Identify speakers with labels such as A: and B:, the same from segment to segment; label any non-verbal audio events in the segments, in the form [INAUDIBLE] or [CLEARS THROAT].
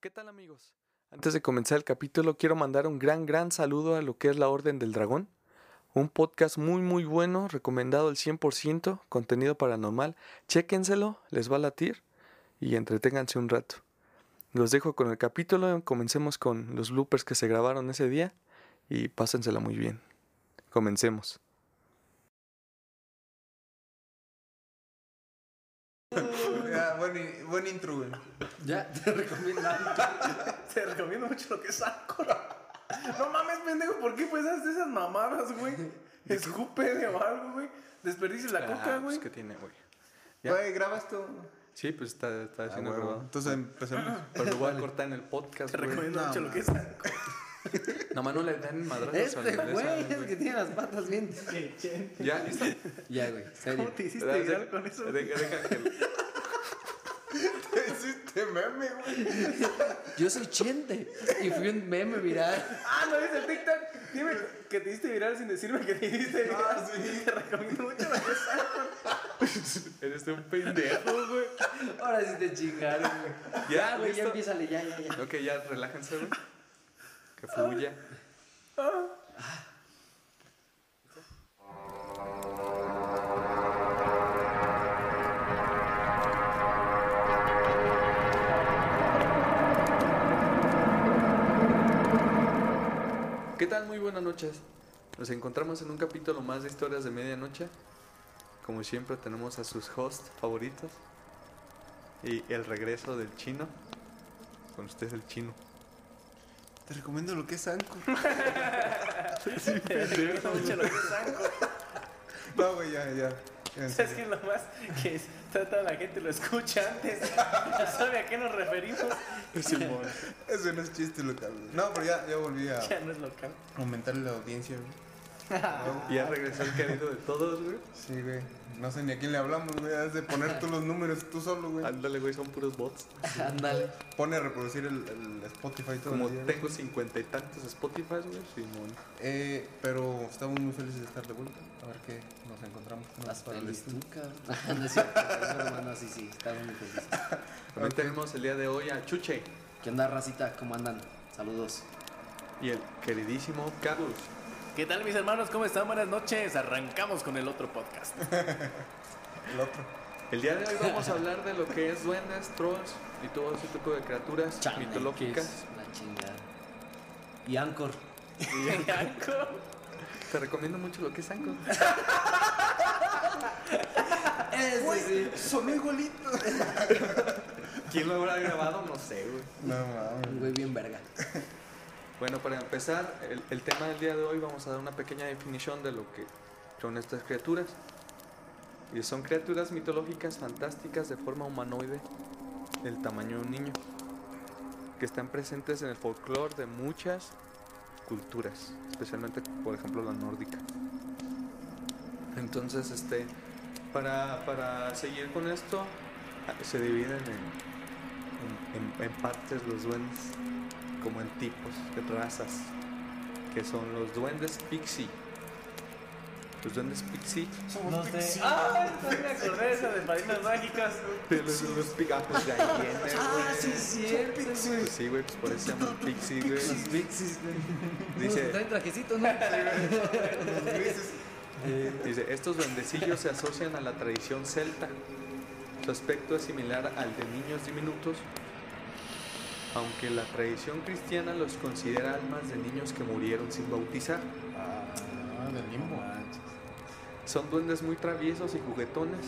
A: ¿Qué tal amigos? Antes de comenzar el capítulo quiero mandar un gran gran saludo a lo que es la Orden del Dragón, un podcast muy muy bueno, recomendado al 100%, contenido paranormal, chéquenselo, les va a latir y entreténganse un rato. Los dejo con el capítulo, comencemos con los bloopers que se grabaron ese día y pásensela muy bien. Comencemos.
B: Ya, buen, in- buen intro, güey.
C: Ya, te recomiendo.
B: Te recomiendo mucho lo que es Ancora. No mames, pendejo, ¿por qué pues haces esas mamadas, güey? Escúpele o algo, güey. Desperdices
C: Ah,
B: la coca,
C: pues
B: güey.
A: Ah, pues, ¿Qué tiene, güey?
B: Güey, grabas tú.
A: Sí, pues está, está
B: Ah,
A: haciendo
B: huevo.
A: grabado.
B: Entonces empecemos.
A: Pero lo voy a cortar en el podcast,
B: Te
A: güey.
B: recomiendo mucho lo que es Ancora.
A: Nomás no le den madrazos a
C: Este
A: la mesa,
C: güey es el que tiene las patas bien.
A: Ya,
B: [LAUGHS]
A: listo.
C: Ya, güey, serio.
B: ¿Cómo te hiciste
A: Deja-
B: viral con eso? güey?
A: deja- deja que-
B: Te hiciste este meme, güey.
C: Yo soy chente y fui un meme viral.
B: Ah, ¿no viste el TikTok? Dime que te hiciste viral sin decirme que te hiciste viral. Ah, sí. Te recomiendo mucho lo que es Ancora.
A: Eres un pendejo, güey.
C: Ahora sí te chingaron, güey.
A: Ya,
C: güey, ya
A: listo.
C: empiézale, ya, ya, ya.
A: Ok, ya, relájense, güey. Que fluya. ¿Qué tal? Muy buenas noches. Nos encontramos en un capítulo más de Historias de Medianoche. Como siempre tenemos a sus hosts favoritos. Y el regreso del chino. Con usted el chino.
B: Te recomiendo lo que es Ancora.
D: Mucho lo que es Anco.
B: No, güey, ya, ya. [LAUGHS] Ya, en
D: ¿Sabes
B: serio.
D: qué es lo más? Que es- toda, toda la gente lo escucha antes. No sabe a qué nos referimos.
B: Eso no es chiste local, güey. No, pero ya, ya volví a
D: Ya no es local.
B: aumentar la audiencia, güey.
A: Y ya regresó el querido de todos, güey.
B: Sí, güey. No sé ni a quién le hablamos, güey. Has de poner tú los números tú solo, güey.
A: Ándale, güey, son puros bots.
C: Ándale.
B: Pone a reproducir el, el Spotify todo
A: Como
B: el día, güey.
A: tengo cincuenta y tantos Spotify, güey, Simón.
B: Eh, pero estamos muy felices de estar de vuelta. A ver qué nos encontramos. con
C: Las
B: para el
C: pelis tú,
B: destino.
C: cabrón. [LAUGHS] No es cierto, no, hermano, sí, pues, sí, estamos muy felices.
A: También tenemos el día de hoy a Chuche
C: ¿Qué onda, racita? ¿Cómo andan? Saludos.
A: y el queridísimo Carlos.
D: ¿Qué tal, mis hermanos? ¿Cómo están? Buenas noches. Arrancamos con el otro podcast. [LAUGHS]
B: El otro.
A: El día de hoy vamos a hablar de lo que es duendes, trolls y todo ese tipo de criaturas
C: Chame, que
A: mitológicas.
C: es La chingada. Y Anchor.
D: Anco.
A: Te recomiendo mucho lo que es [LAUGHS] Anco.
C: Ese sí.
B: Sonó igualito.
A: [LAUGHS] ¿Quién lo habrá grabado? No sé, güey.
B: No mames.
C: Un güey bien verga.
A: Bueno, para empezar, el, el tema del día de hoy vamos a dar una pequeña definición de lo que son estas criaturas. Y son criaturas mitológicas fantásticas de forma humanoide, del tamaño de un niño, que están presentes en el folclore de muchas culturas, especialmente, por ejemplo, la nórdica. Entonces, este, para, para seguir con esto, a- se dividen en- en- en- en partes los duendes como en tipos, de razas, que son los duendes pixie. Los duendes pixie.
D: No sé. ¡Ay! No Ah, me acordé de eso de Padrinos Mágicos.
A: De los, los pigajos de ahí viene,
C: [LAUGHS] Ah, sí,
A: güey.
C: es cierto, güey.
A: Pues sí, güey, pues por eso se llaman pixie,
C: [LAUGHS]
A: güey.
C: Los pixies, güey.
A: Dice-
C: Dice. Traen trajecito,
A: [LAUGHS]
C: ¿no?
A: Eh, Dice, estos duendecillos se asocian a la tradición celta. Su aspecto es similar al de niños diminutos, aunque la tradición cristiana los considera almas de niños que murieron sin bautizar.
B: Ah, del limbo.
A: Son duendes muy traviesos y juguetones.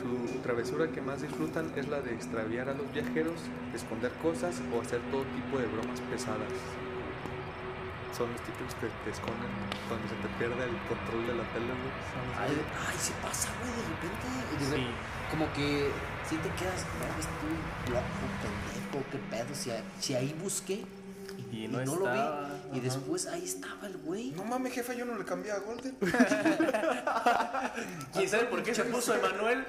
A: Su travesura que más disfrutan es la de extraviar a los viajeros, esconder cosas o hacer todo tipo de bromas pesadas. son los títulos que te esconden cuando se te pierde el control de la tele, güey.
E: Ay, ay, se pasa, güey, de repente. y de- Como que si te quedas, no, estoy loco, pendejo, qué pedo. Si, a- si ahí busqué y,
D: Y
E: y
D: no
E: no, lo vi.
D: estaba,
E: Y después ahí estaba el güey.
F: No mames, jefa, yo no le cambié a Golden.
D: ¿Quién sabe por qué se puso Emanuel?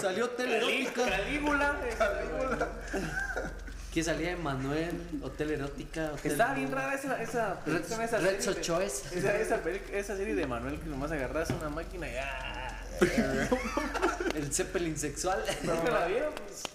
E: Salió telerótica.
D: Calígula.
E: Que salía Emanuel, hotel erótica. Hotel
D: Estaba bien rara esa, esa
E: Red,
D: producción, esa
E: Red
D: serie de-
E: Sochoes.
D: Esa, esa, peli- esa serie de Manuel que nomás agarras una máquina y ¡ah!
E: El Zeppelin [LAUGHS] sexual.
D: ¿Nunca la vieron?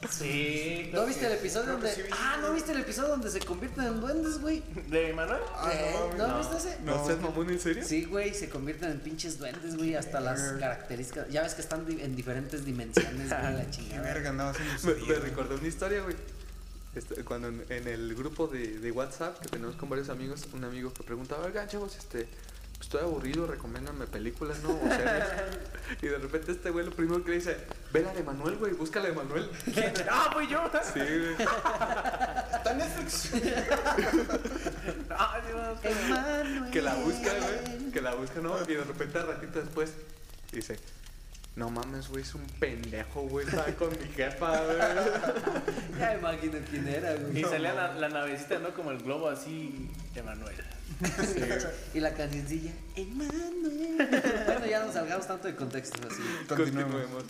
D: Sí.
E: ¿No viste el episodio donde.?
F: sí vi.
E: ah, ¿no viste el episodio donde se convierten en duendes, güey?
D: ¿De Manuel?
E: Eh, ¿No, viste ese?
A: No, seas mamón, ¿en serio?
E: Sí, güey, se convierten en pinches duendes, güey, hasta las características. Ya ves que están di- en diferentes dimensiones, güey, [LAUGHS] la chingada.
F: Verga, andaba haciendo
A: [LAUGHS]
B: [LAUGHS]
F: su
A: Me,
F: día,
A: me
F: güey.
A: recordé una historia, güey. Este, Cuando en, en el grupo de, de WhatsApp que tenemos con varios amigos, un amigo que preguntaba, oigan, chavos, este, estoy aburrido, recomiéndame películas, ¿no? O
D: [LAUGHS]
A: series". y de repente este güey lo primero que le dice, ve la de Manuel, güey, busca la de
D: [LAUGHS]
A: Manuel.
D: ¡Ah, fui yo!
A: Sí, güey.
F: Está en Netflix.
D: ¡Ah, Dios!
E: Emanuel.
A: Que la busca, güey. Que la busca, ¿no? Y de repente, al ratito después, dice, no mames, güey, es un pendejo, güey, estaba con mi jefa, güey.
E: Ya imagino quién era, güey.
D: Y salía la, la navecita, ¿no? Como el globo así de Manuel.
E: [LAUGHS] Y la cancioncilla, Emanuel. Bueno, ya nos salgamos tanto de contexto, así.
A: Continuemos.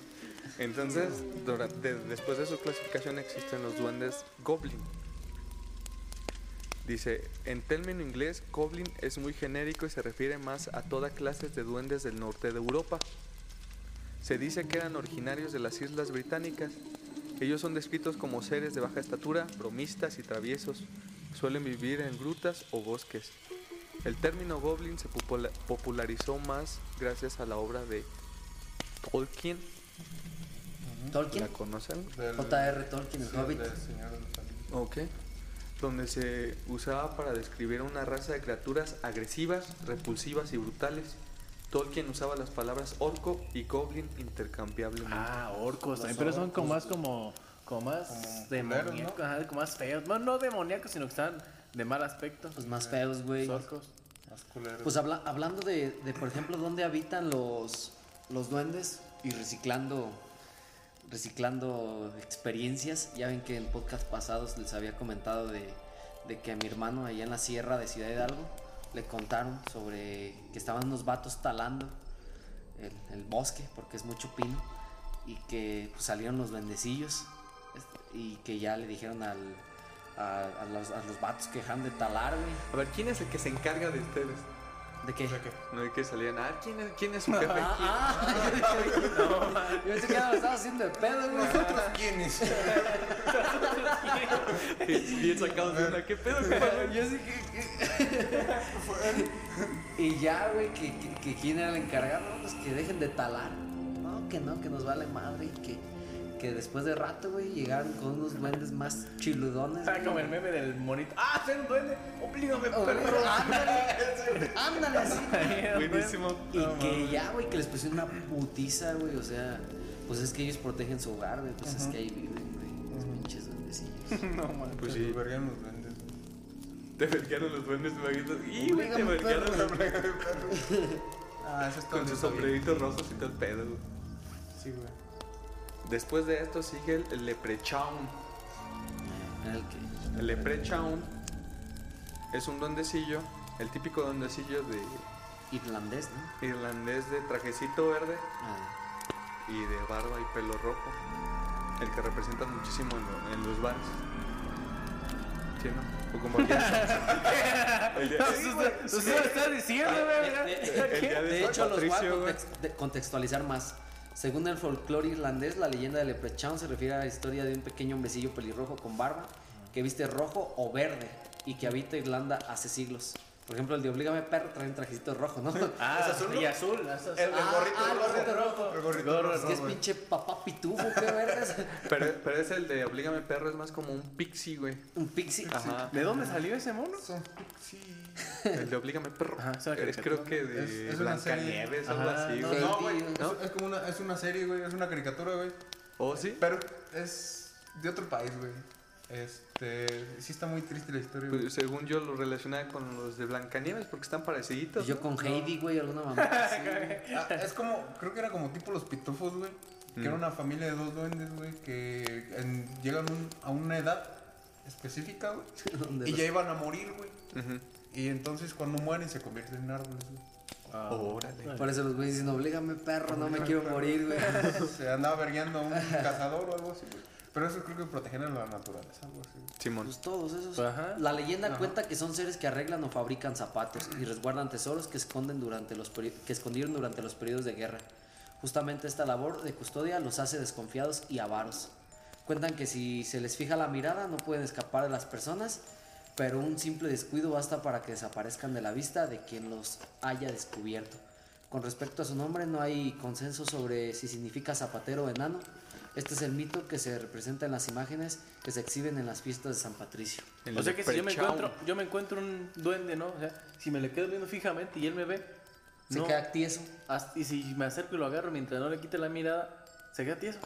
A: Entonces, dura- de- después de su clasificación existen los duendes goblin. Dice, en término inglés, goblin es muy genérico y se refiere más a toda clase de duendes del norte de Europa. Se dice que eran originarios de las islas británicas. Ellos son descritos como seres de baja estatura, bromistas y traviesos. Suelen vivir en grutas o bosques. El término goblin se popula- popularizó más gracias a la obra de Tolkien,
E: Tolkien,
A: ¿la conocen?
F: Del-
E: J.R. Tolkien, el
F: sí,
E: Hobbit.
F: del Señor de los Anillos.
A: Ok. Donde se usaba para describir una raza de criaturas agresivas, repulsivas y brutales. Tolkien usaba las palabras orco y goblin intercambiablemente.
D: Ah, orcos también, pero son como más como, como más
F: culeros,
D: demoníacos, ajá, como más feos. Bueno, no demoníacos, sino que están de mal aspecto.
E: Pues más feos, güey.
D: Los orcos.
F: Más culero.
E: Pues habla- hablando de, de, por ejemplo, dónde habitan los, los duendes y reciclando, reciclando experiencias. Ya ven que en podcast pasados les había comentado de, de que a mi hermano allá en la sierra de Ciudad Hidalgo le contaron sobre que estaban unos vatos talando el, el bosque porque es mucho pino y que pues, salieron los duendecillos este, y que ya le dijeron al- a, a los, a los vatos que dejan de talar, güey.
A: Ah. A ver, ¿quién es el que se encarga de ustedes?
E: ¿De qué?
A: No hay que salían. Ah, ¿quién es, quién es [LAUGHS] su jefe?
E: Ah,
A: ¿Quién-
E: ah, [LAUGHS] yo dije, no, yo pensé que ya lo estaba haciendo de pedo, güey.
F: ¿Nosotros quiénes?
A: Bien sacados de una. ¿Qué pedo, compadre?
E: Yo sí que- [LAUGHS] que- Y ya, güey, que, que, que quién era el encargado, no, pues que dejen de talar. No, que no, que nos vale madre y que, que después de rato, güey, llegaron con unos duendes más chiludones.
D: Ah, como el meme del monito. ¡Ah, soy un duende! ¡Oblígame,
E: güey.
D: perro! [LAUGHS]
E: Ándale, ándale así.
A: Buenísimo.
E: Y que ya, güey, que les pusieron una putiza, güey. O sea, pues es que ellos protegen su hogar, güey. Pues es que ahí viven, güey. Los pinches duendecillos.
A: Pues
F: Los
A: sí,
F: vergan los duendes.
A: te vergaron los duendes maguitos. ¡Y, güey! Te
E: Oblígame,
A: vergaron
E: perro.
F: Ah, eso es
A: con sus sombreritos rojos y todo el pedo. güey.
F: Sí, güey.
A: Después de esto sigue el- el leprechaun.
E: En el que.
A: El leprechaun es un duendecillo, el típico duendecillo de
E: irlandés, ¿no?
A: irlandés de trajecito verde
E: Ah,
A: y de barba y pelo rojo, el que representan muchísimo en, lo- en los bares. ¿Sí, no? O como el día, el día-
D: ¿Usted lo está diciendo,
A: el
D: güey?
A: día de,
E: de
A: San
E: hecho, los voy a
A: Patricio, güey.
E: context- de- contextualizar más. Según el folclore irlandés, la leyenda del leprechaun se refiere a la historia de un pequeño hombrecillo pelirrojo con barba que viste rojo o verde y que habita Irlanda hace siglos. Por ejemplo, el de Oblígame Perro trae un trajecito rojo, ¿no?
D: Ah, y azul. eso es-
E: Ah, ah, el gorrito rojo.
F: El gorrito
E: Es
F: rojo,
E: que es
F: güey.
E: pinche papá pitufo, qué vergas.
A: Pero, pero es el de Oblígame Perro, es más como un pixie, güey.
E: Un pixie.
A: Ajá.
D: ¿De dónde salió ese mono?
A: El de Oblígame Perro.
D: Ajá, es una
A: es creo que de
F: Es- es una serie.
A: Blancanieves, algo
D: Ajá,
A: así,
E: no,
A: güey.
F: No, güey.
E: Gentío.
F: Es, es como una, es una serie, güey. Es una caricatura, güey.
A: ¿O sí?
F: Pero es de otro país, güey.
B: Este, sí está muy triste la historia. güey.
A: Pues, según yo lo relacionaba con los de Blancanieves porque están
E: Y
A: pareciditos.
E: yo con Heidi, güey, alguna mamá.
B: Ah, es como, creo que era como tipo los pitufos, güey. Que
A: Mm.
B: era una familia de dos duendes, güey, que en- llegan un- a una edad específica,
A: [LAUGHS]
B: güey.
E: Donde
B: Y
E: los-
B: ya iban a morir, güey. Y entonces cuando mueren se convierten en árboles, güey. Ah,
A: Órale.
E: Por eso los güeyes dicen, oblígame, perro, no me quiero morir, güey.
B: [LAUGHS] Se andaba vergueando a un cazador o algo así, güey. Pero eso creo que protegen a la naturaleza, algo así. güey.
A: Simón.
E: Pues todos esos.
D: Ajá.
E: La leyenda cuenta que son seres que arreglan o fabrican zapatos y resguardan tesoros que, esconden durante los peri- que escondieron durante los periodos de guerra. Justamente esta labor de custodia los hace desconfiados y avaros. Cuentan que si se les fija la mirada no pueden escapar de las personas, pero un simple descuido basta para que desaparezcan de la vista de quien los haya descubierto. Con respecto a su nombre no hay consenso sobre si significa zapatero o enano. Este es el mito que se representa en las imágenes que se exhiben en las fiestas de San Patricio.
A: El
D: O sea que si yo me
A: perchao.
D: encuentro, yo me encuentro un duende, ¿no? O sea, si me le quedo viendo fijamente y él me ve,
E: Se
D: no.
E: queda tieso.
D: hasta- y si me acerco y lo agarro mientras no le quite la mirada, se queda tieso.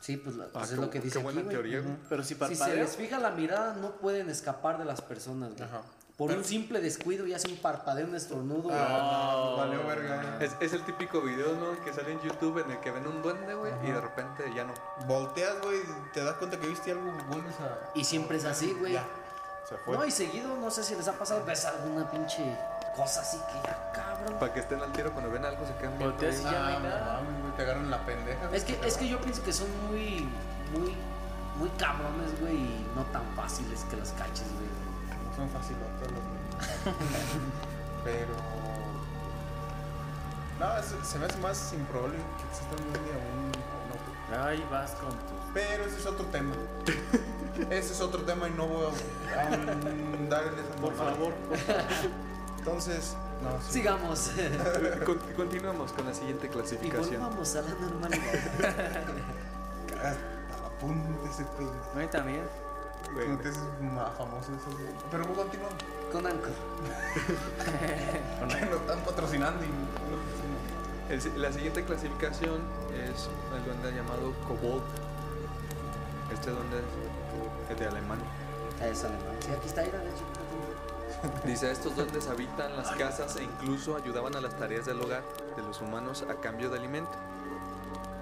E: Sí, pues, la- pues
B: Ah,
E: es
B: qué
E: lo
B: bu-
E: que
B: qué
E: dice aquí,
B: buena
E: güey.
B: teoría, güey.
D: Pero si
E: Si se
D: parpadeo,
E: les fija la mirada, no pueden escapar de las personas, güey.
B: Ajá.
E: Por un simple descuido, ya hace un parpadeo, un estornudo.
B: Ah, Valió verga.
A: Es, es el típico video, ¿no? Que sale en YouTube en el que ven un duende, güey, y de repente ya no.
B: Volteas, güey, te das cuenta que viste algo, vuelves a.
E: y siempre es así, güey.
B: Ya. Se fue.
E: No, y seguido, no sé si les ha pasado, ves alguna pinche cosa así que ya, cabrón.
A: Para que estén al tiro cuando ven algo se quedan viendo.
D: volteas y ya no
B: Ah,
D: hay
B: no
D: nada.
B: mames, güey, te agarran la pendeja. güey.
E: Es que, es que yo pienso que son muy, muy, muy cabrones, güey, y no tan fáciles que los caches, güey.
B: No son facilotas los
D: [LAUGHS]
B: Pero. No, es- se me hace más improbable que exista un duende aún. No.
D: Ay, vas con tus.
B: Pero ese es otro
D: [LAUGHS]
B: tema. ese es otro tema y no voy a ahondar en eso.
D: Por favor.
B: Entonces, no, sí. [LAUGHS]
E: Sigamos.
A: [LAUGHS] Con- continuamos con la siguiente
E: y
A: clasificación.
E: volvamos a la
B: [LAUGHS]
E: normalidad.
B: Hasta la punta de ese pedo.
D: No, y también.
A: güey.
B: Como que es más famoso eso. güey. Pero pues, vos continuamos.
E: Con Anchor.
B: Que [LAUGHS] nos están patrocinando y. no-
A: El si- la siguiente clasificación es el duende llamado Kobold. Este duende es- es de alemán.
E: Eso, alemán. Sí, aquí está Ira, de hecho.
A: Dice, estos duendes habitan las casas e incluso ayudaban a las tareas del hogar de los humanos a cambio de alimento.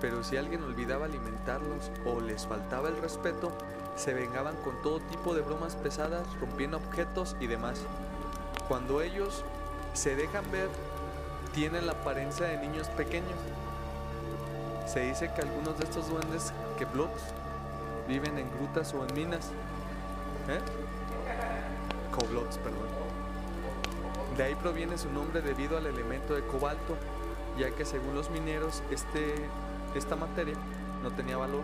A: Pero si alguien olvidaba alimentarlos o les faltaba el respeto, se vengaban con todo tipo de bromas pesadas, rompiendo objetos y demás. Cuando ellos se dejan ver, tienen la apariencia de niños pequeños. Se dice que algunos de estos duendes, que blots, viven en grutas o en minas. ¿Eh? Coblots, perdón. De ahí proviene su nombre debido al elemento de cobalto, ya que según los mineros este, esta materia no tenía valor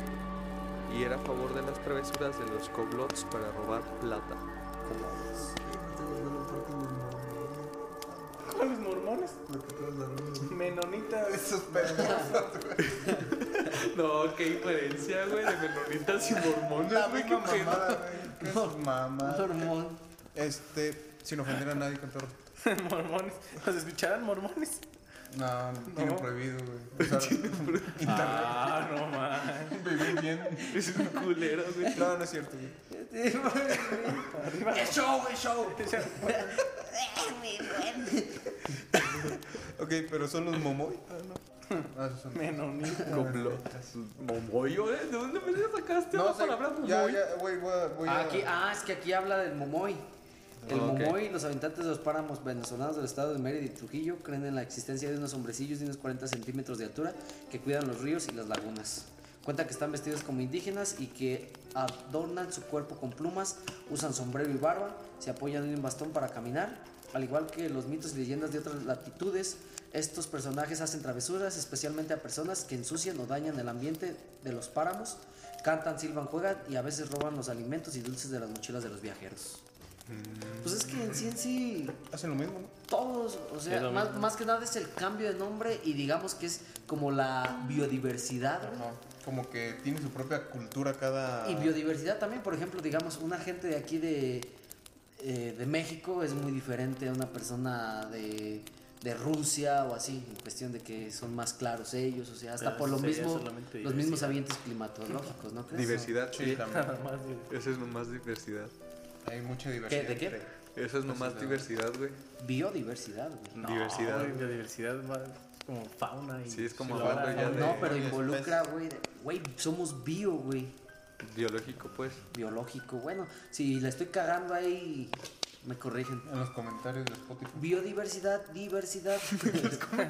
A: y era a favor de las travesuras de los coblots para robar plata.
F: ¿Cuáles mormones? Menonita.
B: Esos pedos.
A: No, qué diferencia, güey, de melonitas y mormones,
B: La misma mamada, güey. Qué mamada.
E: Mormón.
B: Este, sin ofender a nadie con todo respeto.
D: [LAUGHS] mormones. ¿Los escucharán mormones?
B: No, tiene prohibido,
E: [LAUGHS]
B: güey. Usar internet.
D: Ah, [LAUGHS] no, man.
B: Vivir bien.
A: Es un culero, güey.
B: [LAUGHS] No, no es cierto, güey.
E: ¡Es show, es show!
B: Ok, pero son los momoy. Ah, no. No, esos son.
D: Menonita.
A: Coblots. Momoyo, ¿eh? ¿De dónde me sacaste
B: No,
A: la
B: sé,
A: palabra
B: ya,
A: momoyo?
B: ya, güey, voy a. Voy a
E: Aquí, ah, es que aquí habla del Momoy. El
A: Ah, ok.
E: Momoy, los habitantes de los páramos venezolanos del estado de Mérida y Trujillo creen en la existencia de unos hombrecillos de unos 40 centímetros de altura que cuidan los ríos y las lagunas. Cuenta que están vestidos como indígenas y que adornan su cuerpo con plumas, usan sombrero y barba, se apoyan en un bastón para caminar. Al igual que los mitos y leyendas de otras latitudes, estos personajes hacen travesuras, especialmente a personas que ensucian o dañan el ambiente de los páramos. Cantan, silban, juegan y a veces roban los alimentos y dulces de las mochilas de los viajeros.
D: Mm.
E: Pues es que en sí en sí
B: Hacen lo mismo, ¿no?
E: todos, o sea, más, más que nada es el cambio de nombre y digamos que es como la biodiversidad. güey.
B: Ajá. Como que tiene su propia cultura cada.
E: Y biodiversidad también, por ejemplo, digamos, una gente de aquí de, eh, de México es muy diferente a una persona de de Rusia o así, en cuestión de que son más claros ellos, o sea, hasta
D: Pero
E: por
D: eso
E: lo
D: sería
E: mismo,
D: solamente
E: los mismos ambientes climatológicos, ¿no crees?
B: Diversidad, sí, también.
D: [LAUGHS] Más bien.
A: Eso es nomás diversidad.
B: Hay mucha
E: ¿Qué,
B: diversidad.
E: ¿De qué?
B: entre-
A: Eso es nomás diversidad, güey.
E: Biodiversidad, güey.
A: diversidad.
D: No, la diversidad más como fauna y.
A: Sí, es como
D: flora.
A: hablando ya de
E: No, pero
B: de
E: involucra, güey, de- güey, somos bio, güey,
A: biológico, pues.
E: biológico, bueno, si la estoy cagando ahí, me corrigen.
B: En los comentarios de Spotify.
E: Biodiversidad, diversidad.
D: [LAUGHS]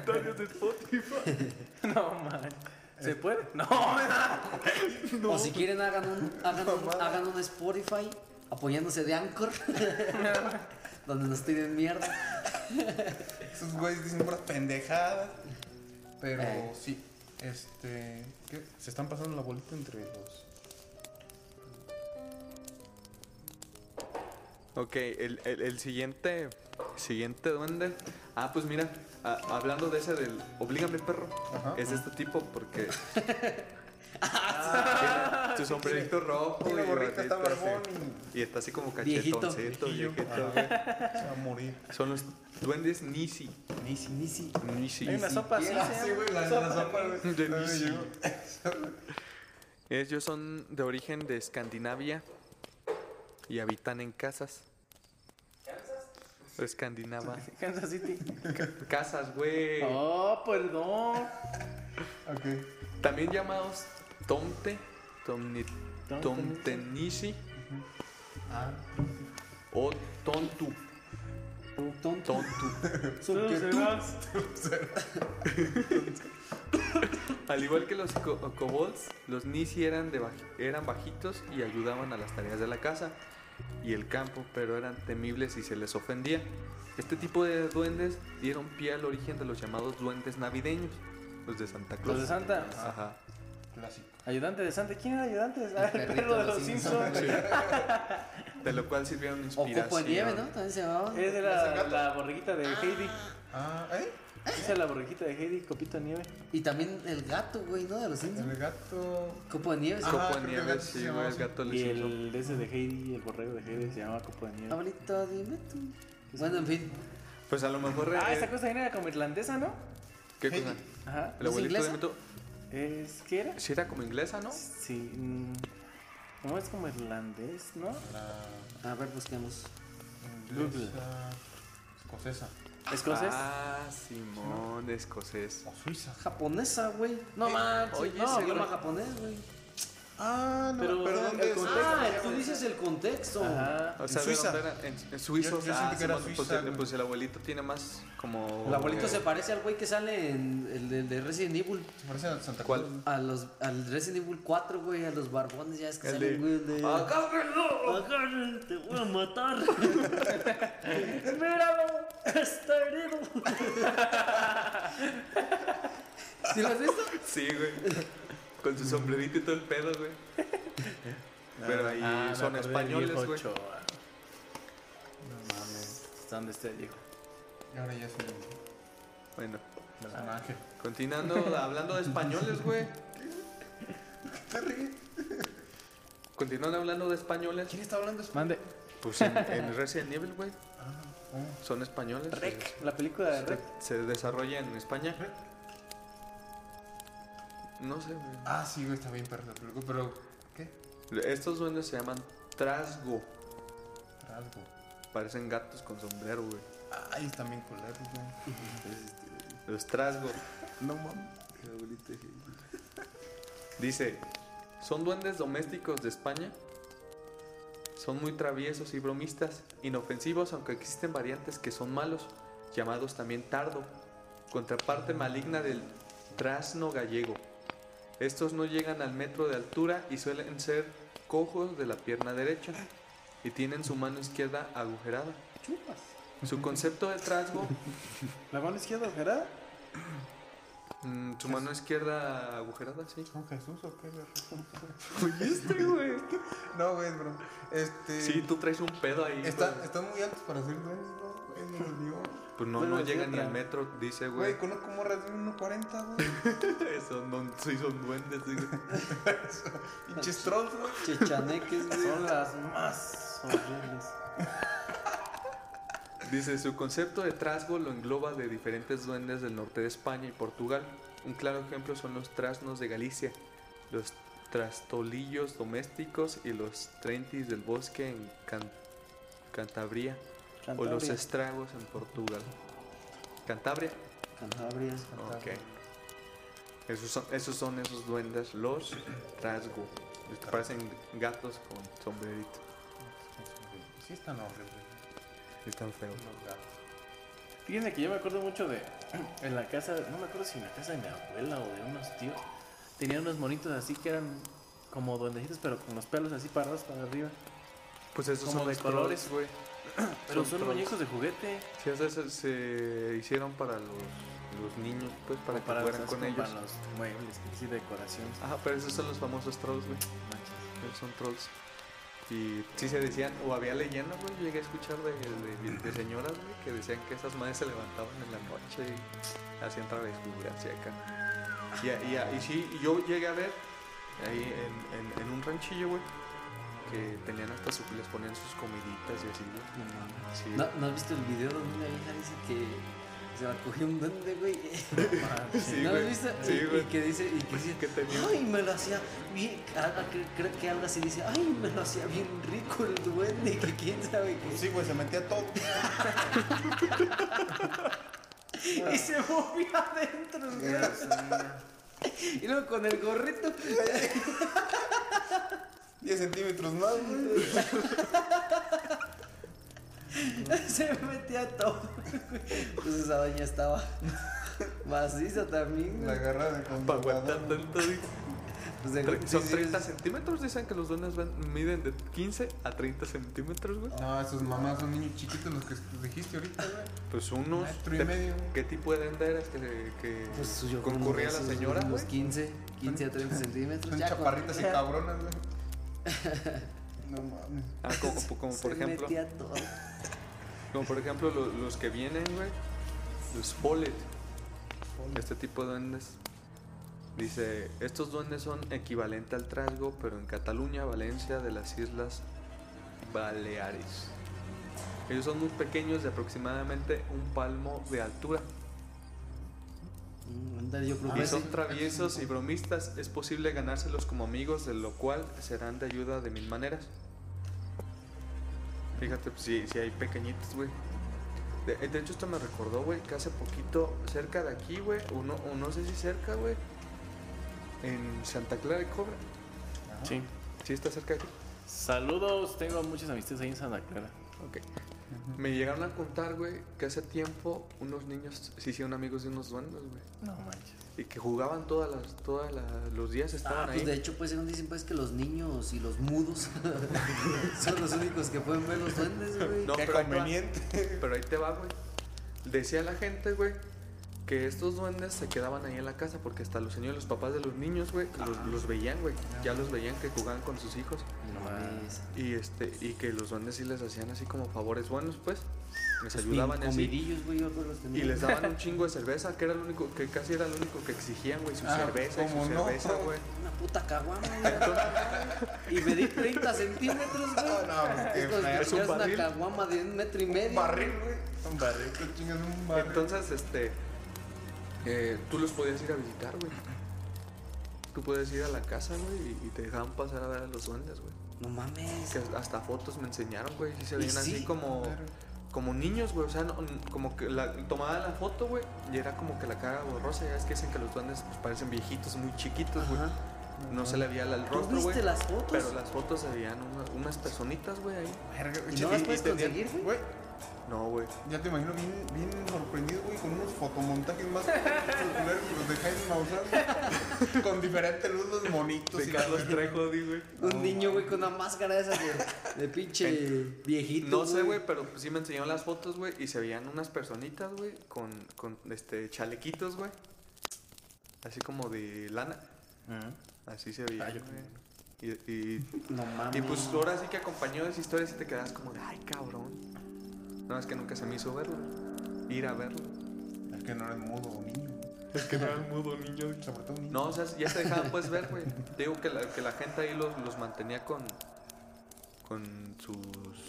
D: No, man. ¿Se puede? No, man.
E: O si quieren, hagan un, hagan, un, hagan un Spotify apoyándose de Anchor, [LAUGHS] donde nos tiren mierda.
B: Esos güeyes dicen puras pendejadas. Pero
E: Eh.
B: sí, este. ¿qué? Se están pasando la bolita entre los.
A: Ok, el, el- el siguiente. Siguiente duende. Ah, pues mira, a- hablando de ese del Oblígame perro.
B: Ajá.
A: Es de este tipo porque. Tiene su sombrerito rojo
B: Tiene
A: y
B: gorrita, está
A: gorrita,
B: barbón
A: sí. y está así como
E: Viejito.
A: cachetoncito, viejito, güey.
B: Se va a morir.
A: Son los duendes Nisi. Nisi, Nisi. Nisi.
D: Hay una sopa así.
B: Ah,
D: se
B: sí,
D: llama.
B: güey, la, la sopa, güey.
D: [LAUGHS]
A: De
B: La
A: Nisi.
B: yo-
A: Ellos son de origen de Escandinavia y habitan en casas. Escandinava.
D: Kansas City.
A: Casas, güey.
D: Oh, perdón.
B: Ok.
A: También llamados Tomte, tomni- Tomtenisi o Tontu.
E: Tonto.
A: Tontu.
D: Tú serás.
A: Al igual que los co- kobolds, los Nisi eran, de baj- eran bajitos y ayudaban a las tareas de la casa y el campo, pero eran temibles y se les ofendía. Este tipo de duendes dieron pie al origen de los llamados duendes navideños, los de Santa Claus.
D: Los de Santa.
A: Ajá.
B: Clásico.
D: Ayudante de Santa. ¿Quién era ayudante? Ah, el
E: perrito
D: perro de
E: de los
D: los
E: Simpsons.
D: Simpsons.
A: De lo cual sirvieron de
E: O
A: inspiración.
E: Copo de Nieve, ¿no? También se llamaba.
D: Es de la, la borreguita de Heidi.
B: Ah, ¿eh?
D: Esa es la borreguita de Heidi, copito de nieve.
E: Y también el gato, güey, ¿no? De los indios.
B: El gato.
E: Copo de Nieve.
B: Ah.
E: sí.
A: Copo
B: creo
A: de
B: que el
A: nieve,
B: gato se
A: sí,
B: llamaba
A: güey, el
B: así.
A: gato le
D: Y
A: hizo.
D: el de ese de Heidi, el borrego de Heidi, se llama copo de
E: Ah,
D: nieve.
E: Abuelito, dime tú. Bueno, en fin.
A: Pues a lo mejor.
D: Ah,
A: eh,
D: esa cosa también era como irlandesa, ¿no?
A: ¿Qué cosa?
D: Ajá.
A: El abuelito de
E: inglesa?
A: Mito.
D: Es, ¿Qué era?
A: Sí, era como inglesa, ¿no?
D: Sí. mm, ¿Cómo es como irlandés, no?
E: A ver, busquemos.
B: Inglesa. Escocesa.
D: ¿Escocés?
A: Ah, Simón, de escocés.
B: O Suiza.
E: Japonesa, güey. Eh, No manches.
A: oye,
E: no,
A: ese
E: idioma
A: güey.
E: japonés, güey.
B: Ah, no,
D: Pero,
B: pero,
D: o sea,
B: ¿dónde
D: el
B: es?
D: contexto-
B: Ah,
E: Ah, tú dices el contexto.
D: Ajá.
A: O sea,
B: En
A: ¿de
B: Suiza.
A: dónde era? En, en Suizo.
B: Yo- yo
A: ah,
B: sentí que era
A: Simón, pues,
B: Suiza,
A: el,
B: güey.
A: pues el abuelito tiene más como.
E: El abuelito
A: eh,
E: se parece al güey que sale en el de, de Resident Evil.
B: Se parece a Santa
A: ¿Cuál?
B: Cruz. güey.
E: A los, al Resident Evil 4, güey, a los barbones, ya es que
A: El
E: salen, güey.
A: de.
E: De...
A: ¡Agárrenlo!
E: Agarren, te voy a matar.
D: ¡Míralo! ¡Está herido!
E: [LAUGHS] ¿Sí lo has visto?
A: [LAUGHS] Sí, güey. Con su sombrerito y todo el pedo,
B: [LAUGHS]
A: güey. Pero ahí
D: Ah,
A: son españoles, güey.
D: No mames. ¿Está donde está el viejo?
B: Y ahora ya es un,
A: Bueno,
B: es un ángel.
A: continuando hablando de españoles, güey.
B: ¿Te ríes?
A: Continuando hablando de españoles.
B: ¿Quién está hablando español?
D: Mande.
A: Pues en, en Resident Evil, güey.
B: oh.
A: Son españoles.
D: Rec. La película de Rec.
A: Se, se desarrolla en España. No sé, güey.
B: Ah, sí, güey, está bien perro. Pero, pero ¿qué?
A: Estos duendes se llaman trasgo.
B: Trasgo.
A: Parecen gatos con sombrero, güey.
B: Ay, están Ah, bien culeros, güey.
A: Los trasgo.
B: No mames.
A: Dice, son duendes domésticos de España. Son muy traviesos y bromistas, inofensivos aunque existen variantes que son malos, llamados también tardo, contraparte maligna del trasno gallego. Estos no llegan al metro de altura y suelen ser cojos de la pierna derecha y tienen su mano izquierda agujerada. Su concepto de trasgo,
D: ¿La mano izquierda ojerada?
A: mm, su mano izquierda agujerada, sí.
B: ¿Con Jesús o qué, güey?
A: ¿Oíste, güey?
B: No, güey, bro. Este.
A: Sí, tú traes un pedo ahí.
B: Está,
A: güey.
B: están muy altos para ser duendes, bro. Güey, me dolió.
A: Pues no,
D: Bueno,
A: no
D: sí,
A: llegan ni
D: otra.
A: al metro, dice, güey.
B: Güey, conozco morras de 1.40, güey.
A: [LAUGHS] Son, don- sí, son duendes, digo.
B: Pinches trolls, güey.
E: Chechaneques, güey.
D: Son las más horribles.
A: Dice, su concepto de trasgo lo engloba de diferentes duendes del norte de España y Portugal. Un claro ejemplo son los trasnos de Galicia, los trastolillos domésticos y los trentis del bosque en Can- Cantabria, o los
D: Cantabria.
A: estragos en Portugal. Cantabria.
E: Cantabria.
A: Ok. Esos son esos, son esos duendes, los trasgo. Los que parecen gatos con sombrerito.
B: Sí, están horribles.
A: Están feos.
B: Los gatos.
D: Fíjense que yo me acuerdo mucho de. [CLEARS THROAT] En la casa, no me acuerdo si en la casa de mi abuela o de unos tíos. Tenían unos monitos así que eran como duendecitos, pero con los pelos así parados para arriba.
A: Pues esos
D: Como
A: son
D: de
A: los
D: colores.
A: trolls, güey.
D: [CLEARS THROAT] Pero son,
A: trolls.
D: muñecos de juguete.
A: Sí, o sea, se, se hicieron para los, los niños, pues, para
D: o
A: que
D: para,
A: jugaran
D: esas-
A: con
D: como
A: ellos. Ah.
D: para los muebles, así decoraciones.
A: Ajá, pero esos son los famosos trolls, güey. Esos son trolls. Y sí se decían, o había leyendas, güey. Yo llegué a escuchar de, de- de señoras, güey, que decían que esas madres se levantaban en la noche y hacían travesuras y acá. Y, y, y sí, y yo llegué a ver ahí en, en- en un ranchillo, güey, que tenían hasta su, les ponían sus comiditas y así, güey.
E: No mames.
A: Sí.
E: ¿No, ¿No has visto el video donde una vieja dice que se la cogió un duende, güey?
A: [LAUGHS] Sí,
E: ¿No lo has
A: güey.
E: visto?
A: Sí,
E: Y- y,
A: güey.
E: que dice, y
A: [LAUGHS]
E: que dice,
A: Que tenía-
E: ay, me lo hacía bien, algo que- creo que algo así dice, ay, me lo hacía bien rico el duende, que quién sabe qué.
B: Sí, güey, se metía todo.
E: Y se movía adentro, güey. [LAUGHS] Y luego con el gorrito, [LAUGHS]
B: 10 centímetros más, güey.
E: se metía todo. Pues esa doña estaba [LAUGHS] maciza también,
B: La
E: güey.
B: agarra de
A: Para aguantar
B: controlador.
A: tanto, güey.
E: Pues de-
A: Tre-
E: sí,
A: Son
E: sí,
A: 30
E: sí.
A: centímetros, dicen que los duendes van- miden de 15 a 30 centímetros, güey.
B: No, esos mamás son niños chiquitos los que dijiste ahorita, güey.
A: Pues unos.
B: Metro y
A: de-
B: medio, güey.
A: ¿Qué tipo de duende eras que, se- que
E: Pues suyo como
A: concurría la
E: esos,
A: señora,
E: Unos
A: güey?
E: 15, 15 a 30 centímetros.
B: Son
E: ya con-
B: chaparritas
E: [LAUGHS]
B: y
E: ya
B: cabronas, güey. No mames.
A: Ah, como,
E: [LAUGHS]
A: como por
E: se
A: ejemplo,
E: metía todo.
A: como por ejemplo lo- los, que vienen, güey. Los Follet. Este tipo de duendes. Dice, estos duendes son equivalente al trasgo, pero en Cataluña, Valencia, de las Islas Baleares. Ellos son muy pequeños, de aproximadamente un palmo de altura.
E: Mm, ándale, yo
A: Y
E: creo que sí.
A: son traviesos y bromistas, es posible ganárselos como amigos, de lo cual serán de ayuda de mil maneras. Fíjate, pues, si, si hay pequeñitos, güey. De, eh, de hecho, esto me recordó, güey, que hace poquito, cerca de aquí, güey, o no, o no sé si cerca, güey, en Santa Clara de Cobra.
D: Sí.
A: Sí, está cerca de aquí.
D: Saludos, tengo muchas amistades ahí en Santa Clara.
A: Ok. Me llegaron a contar, güey, que hace tiempo unos niños se hicieron amigos de unos duendes, güey.
D: No manches.
A: Y que jugaban todas las, todas las- los días, estaban
E: Ah,
A: ahí.
E: pues de hecho, pues según dicen, pues que los niños y los mudos [LAUGHS] son los únicos que pueden ver los duendes, güey.
A: No,
B: Qué
A: pero ahí te va.
B: conveniente. [LAUGHS]
A: Pero ahí te va, güey. Decía la gente, güey, que estos duendes se quedaban ahí en la casa porque hasta los señores, los papás de los niños, güey, los, los veían, güey. Ya los veían que jugaban con sus hijos.
E: No mames.
A: Y este y que los duendes sí les hacían así como favores buenos, pues. Les ayudaban
E: Bien
A: así.
E: Comidillos, güey, yo creo que los
A: Y
E: tenía.
A: les daban un chingo de cerveza, que era lo único, que casi era lo único que exigían, güey, su
B: Ah,
A: cerveza y su
B: ¿cómo no?
A: cerveza, güey.
E: Una puta caguama, güey. Y me di 30 centímetros, güey.
B: No, no, pues, qué
E: Esto es,
B: feo.
A: Es un
E: ya es una
A: barril.
E: caguama de un metro y medio.
B: Barril, güey. Un barril. ¿Qué chingas un barril?
A: Entonces, este. eh, tú los podías ir a visitar, güey. Tú podías ir a la casa, güey, y, y te dejaban pasar a ver a los duendes, güey.
E: No mames.
A: Que hasta fotos me enseñaron, güey. Y se
E: ¿Y
A: veían así
E: sí?
A: como. Como niños, güey. O sea, no- como que la, tomaban la foto, güey. Y era como que la cara borrosa. Ya es que dicen que los duendes pues, parecen viejitos, muy chiquitos, güey.
E: Ajá.
A: No se le veía la- el
E: ¿Tú
A: rostro, güey.
E: viste las fotos?
A: Pero las fotos se veían una- unas personitas, güey, ahí.
B: Verga, güey.
E: ¿Y no
B: Sí,
E: las puedes
B: tenían-
E: conseguir, güey?
B: güey?
A: No, güey.
B: Ya te imagino bien, bien sorprendido, güey, con unos fotomontajes más [LAUGHS] culeros que los de Jaime Maussan. güey. con diferente luz los monitos.
A: De
B: y la
A: Carlos
B: verga.
A: Trejo, di, güey.
E: Un niño, güey, con una máscara esa de, de pinche viejito.
A: No sé, güey, pero sí me enseñaron las fotos, güey, y se veían unas personitas, güey, con, con este chalequitos, güey. Así como de lana.
E: Ah.
A: Así se veía. y, y,
E: [LAUGHS] No mames.
A: y pues ahora sí que acompañó esa historia y te quedas como de, ay, cabrón. No, es que nunca se me hizo verlo. Ir a verlo.
B: Es que no eres mudo o niño.
A: Es que no era mudo niño.
B: Sobre todo niño.
A: No, o sea, ya se dejaban pues ver, güey. Te Digo que la, que la gente ahí los, los mantenía con, con con sus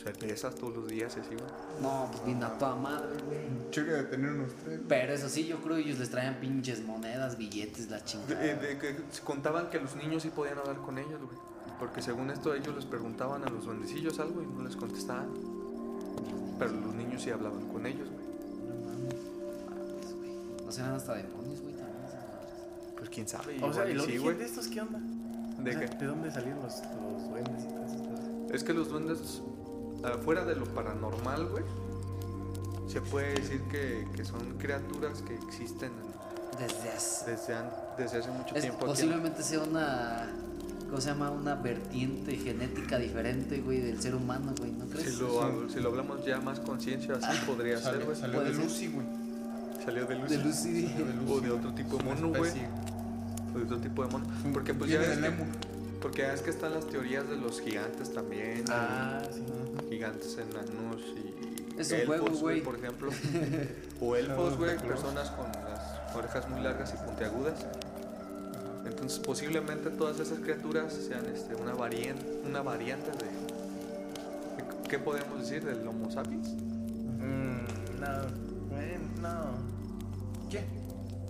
A: cervezas todos los días y así, güey.
E: No, pues bien a toda madre, güey.
B: Cheque de tener unos tres.
E: Pero eso sí, yo creo que ellos les traían pinches monedas, billetes, la
A: De- [LAUGHS]
E: chingada.
A: de- de que contaban que los niños sí podían hablar con ellos, güey. Porque según esto ellos les preguntaban a los duendecillos algo y no les contestaban. Pero los niños sí hablaban con ellos, güey.
E: Pues, güey, No serán hasta demonios, güey, también esas madres.
A: Pues quién sabe.
D: O
A: igual
D: sea, ¿y
A: y
D: el
A: sí,
D: origen
A: güey.
D: de estos qué onda?
A: ¿De
D: O sea,
A: qué?
D: ¿De dónde salieron los, los duendes y todas esas cosas?
A: Es que los duendes, afuera de lo paranormal, güey, se puede decir que, que son criaturas que existen
E: Desde hace.
A: desde, an- desde hace mucho
E: es-
A: tiempo. aquí en-
E: posiblemente sea una. ¿Cómo se llama? Una vertiente genética diferente, güey, del ser humano, güey, ¿no crees?
A: Si lo, si lo hablamos ya más conciencia, así podría ser,
B: Salió,
A: güey.
B: salió
E: Puede
B: de
E: ser.
B: Lucy, güey.
A: Salió de luz.
E: De Lucy.
B: Salió de Lucy,
A: O de
B: güey.
A: otro tipo
B: Es
A: de
B: una
A: mono, güey.
B: especie.
A: O pues, de otro tipo de mono. Porque pues ya
B: Mm, Viene
A: ves
B: del
A: que,
B: emu.
A: porque ya ves que están las teorías de los gigantes también.
D: Ah, sí.
A: Gigantes enanos y
E: Es un
A: elfos,
E: juego, güey.
A: por
B: [LAUGHS]
A: ejemplo. O elfos, güey, personas con las orejas muy largas y puntiagudas. Entonces posiblemente todas esas criaturas sean este, una, variante, una variante de... de- ¿Qué podemos decir? ¿Del Homo sapiens?
D: Mm, no, güey, no.
B: ¿Qué?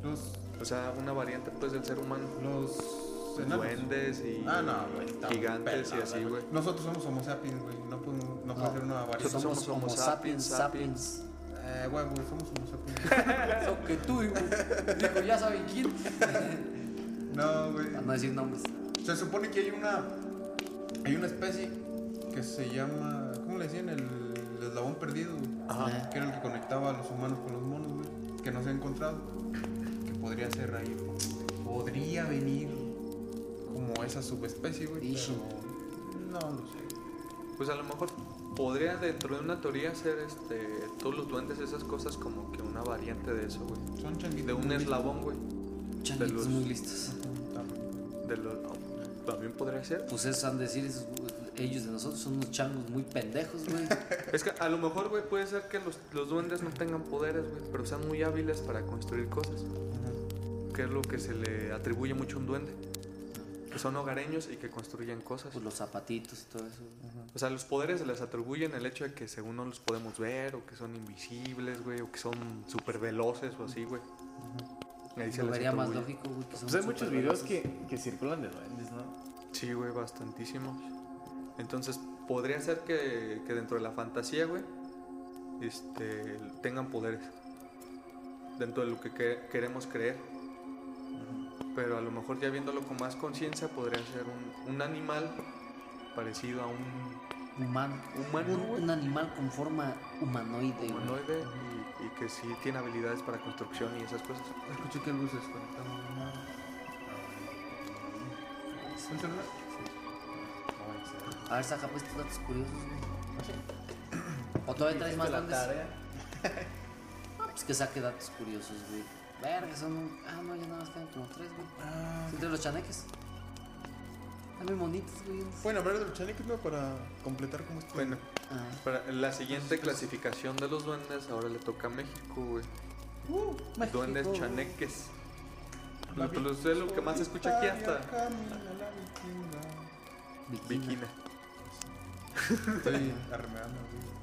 B: Los.
A: O sea, una variante pues del ser humano.
B: Los. enanos.
A: Duendes y
B: Ah, no, güey. está
A: gigantes y
B: pelada,
A: así, güey. Ah.
B: Nosotros somos Homo sapiens, güey. No podemos. No puede
E: No.
B: ser una variedad.
A: [LAUGHS] Nosotros
E: Somos
A: somos Homo
E: Homo sapiens,
A: sapiens,
E: sapiens.
B: Eh, güey, güey, somos Homo sapiens. [LAUGHS]
E: Eso que tú, güey. Digo, ya saben quién.
B: no, güey.
E: A no decir nombres.
B: Se supone que hay una. Hay una especie que se llama. ¿Cómo le decían? El, el eslabón perdido, güey. Que era el que conectaba a los humanos con los monos, güey. Que no se ha encontrado. Que podría ser ahí. Podría venir como esa subespecie, güey.
E: Issue.
B: pero No lo sé.
A: Pues a lo mejor podría dentro de una teoría ser este, todos los duendes, esas cosas como que una variante de eso, güey.
B: Son changuitos.
A: De un
B: muy
A: eslabón, güey.
E: Changuitos
A: los-
E: muy listos.
A: De los- no, también podría ser.
E: Pues eso han de decir esos, ellos de nosotros. Son unos changos muy
A: [LAUGHS]
E: pendejos, güey. Pues,
A: Es que a lo mejor, güey, puede ser que los, los duendes no tengan poderes, güey, pero sean muy hábiles para construir cosas. Que es lo que se le atribuye mucho a un duende. Que son hogareños y que construyen cosas.
E: Pues los zapatitos y todo eso.
A: O sea, los poderes se les atribuyen el hecho de que según no los podemos ver, o que son invisibles, güey, o que son súper veloces o así, güey. Ahí se
E: Lo
A: les
E: vería más
A: atribuye.
E: lógico, güey. que son
D: Pues hay muchos videos
E: superveloces.
D: que, que circulan de duendes, ¿no?
A: Sí, güey, bastantísimos. Entonces, podría ser que, que dentro de la fantasía, güey, este, tengan poderes. Dentro de lo que, que- queremos creer. Pero a lo mejor ya viéndolo con más conciencia, podría ser un, un animal parecido a un
E: pues, Humano.
A: Humano,
E: Un,
A: güey.
E: un animal con forma humanoide. güey.
A: humanoide y, y que sí tiene habilidades para construcción y esas cosas.
B: Escuché que algo se desconectaba. ¿no? ¿Un celular?
E: A ver, saca pues tus datos curiosos, güey. O todavía traes más
D: la
E: grandes.
D: tarea.
E: [LAUGHS] Ah, pues que saque datos curiosos, güey. Verga, son. un- Ah, no, ya nada más quedan como tres, güey.
A: Ah,
B: Ah,
E: Son de los chaneques. También bonitos, güey.
B: Bueno, hablar de los chaneques, ¿no? Para completar como este esto.
A: Bueno,
E: Ah,
A: para la siguiente clasificación de los duendes ahora le toca a México, güey.
E: México.
A: Duendes chaneques. Lo, lo- es lo que más Ah, se escucha aquí
B: [LAUGHS]
A: hasta Bikina.
B: Estoy armeando, güey.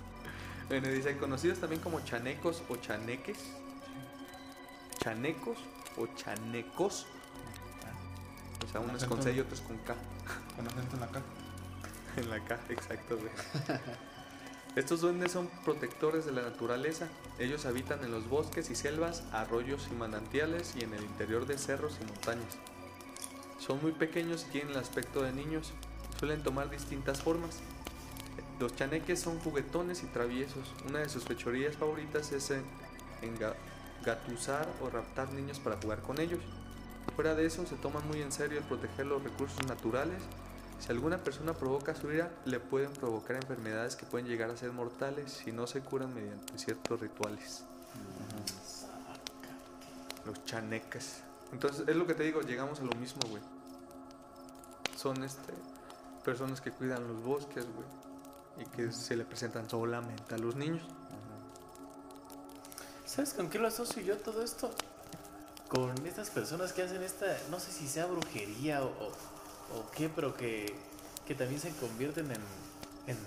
A: Bueno, dice, conocidos también como chanecos o chaneques. Chanecos o chanecos. O sea, unos con C y otros con K.
B: Con acento en la cara.
A: [LAUGHS] En la caja, exacto, güey. Estos duendes son protectores de la naturaleza. Ellos habitan en los bosques y selvas, arroyos y manantiales y en el interior de cerros y montañas. Son muy pequeños y tienen el aspecto de niños. Suelen tomar distintas formas. Los chaneques son juguetones y traviesos. Una de sus fechorías favoritas es en- engatusar o raptar niños para jugar con ellos. Fuera de eso, se toman muy en serio el proteger los recursos naturales. Si alguna persona provoca su ira, le pueden provocar enfermedades que pueden llegar a ser mortales si no se curan mediante ciertos rituales. Los chaneques. Entonces, es lo que te digo, llegamos a lo mismo, güey. Son este personas que cuidan los bosques, güey, y que se le presentan solamente a los niños.
D: ¿Sabes con qué lo asocio yo todo esto? Con estas personas que hacen esta, no sé si sea brujería o, o, o qué, pero que, que también se convierten en, En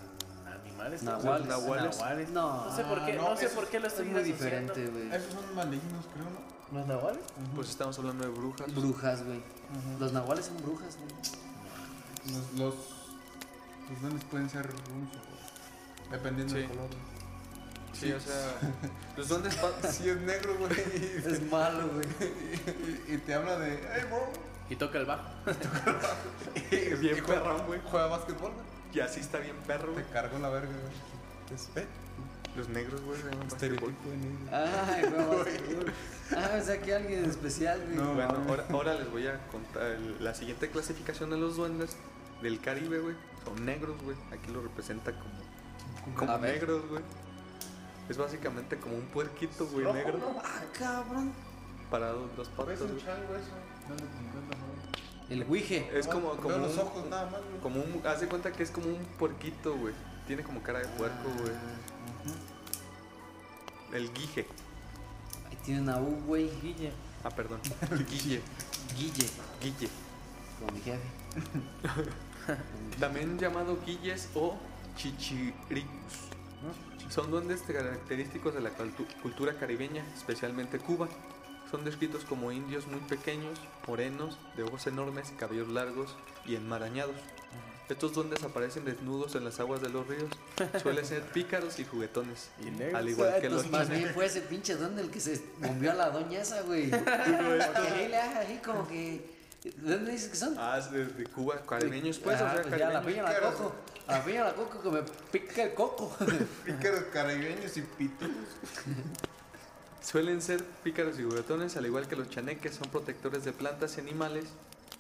D: animales.
E: Nahuales.
D: Nahuales.
E: Nahuales.
D: No,
A: Ah,
E: No.
D: sé por qué, no,
B: No,
D: sé
B: eso
D: por qué lo
E: Es
D: estoy
E: muy
D: asociando.
E: diferente, güey.
B: Ah, Esos son malignos, creo, ¿no?
D: ¿Los nahuales?
A: Pues estamos hablando de brujas.
E: Brujas, güey. Los nahuales son brujas, güey.
B: Los, los, los duendes pueden ser rusos, dependiendo
A: Sí.
B: del color. güey.
A: Sí, o sea. pues, Los duendes. pa-
B: Si es negro, güey, y,
E: Es malo, güey.
B: y- y te habla de, hey, bro,
D: Y toca el bajo.
B: y
A: [LAUGHS] Bien
B: juega,
A: perrón, güey.
B: juega básquetbol, güey.
A: Y así está bien perro, güey.
B: Te cargo la verga, güey. Es, eh,
A: Los negros, güey. juegan
B: estereotipo
A: básquetbol.
B: de negro.
E: Ay,
A: [LAUGHS]
E: güey. Ah, o sea, que alguien especial, güey.
B: No,
A: Bueno,
B: mames.
A: ahora, ahora les voy a contar el- la siguiente clasificación de los duendes del Caribe, güey. Son negros, güey. Aquí lo representa como, como
E: A ver.
A: negros, güey. Es básicamente como un puerquito, güey, negro.
E: Ah, cabrón.
A: Parado en dos patas,
B: Ah, Es un
A: güey.
B: chango eso. Dale 50, güey.
E: El Ouija.
A: Es como, como
B: Veo los
A: un,
B: ojos nada más, güey.
A: como un, haz de cuenta que es como un puerquito, güey. Tiene como cara de puerco,
B: Ah,
A: güey. El guije.
E: Ahí tienen a un güey.
D: Guille.
A: Ah,
B: [LAUGHS]
A: perdón. Guille.
E: Guille.
A: Guille.
E: Como mi jefe.
A: También llamado guilles o chichiricus. Son duendes característicos de la caltu- cultura caribeña, especialmente Cuba. Son descritos como indios muy pequeños, morenos, de ojos enormes, cabellos largos y enmarañados. Estos duendes aparecen desnudos en las aguas de los ríos. Suelen
E: [LAUGHS]
A: ser pícaros y juguetones.
D: Y negros.
A: Al igual que
D: Ay,
A: los
D: tus
E: pues, Más bien fue ese pinche duende el que se bombeó a la doña
A: [LAUGHS]
E: esa, güey. Porque ahí le hace así como que. ¿Dónde dices que son?
A: Ah, de, de Cuba, caribeños, pues,
E: Ajá,
A: o sea,
E: pues ya, la
A: caribeños.
E: piña la coco. A la piña la coco que me pica el coco.
B: Pícaros caribeños y pitos.
A: Suelen ser pícaros y juguetones, al igual que los chaneques, son protectores de plantas y animales.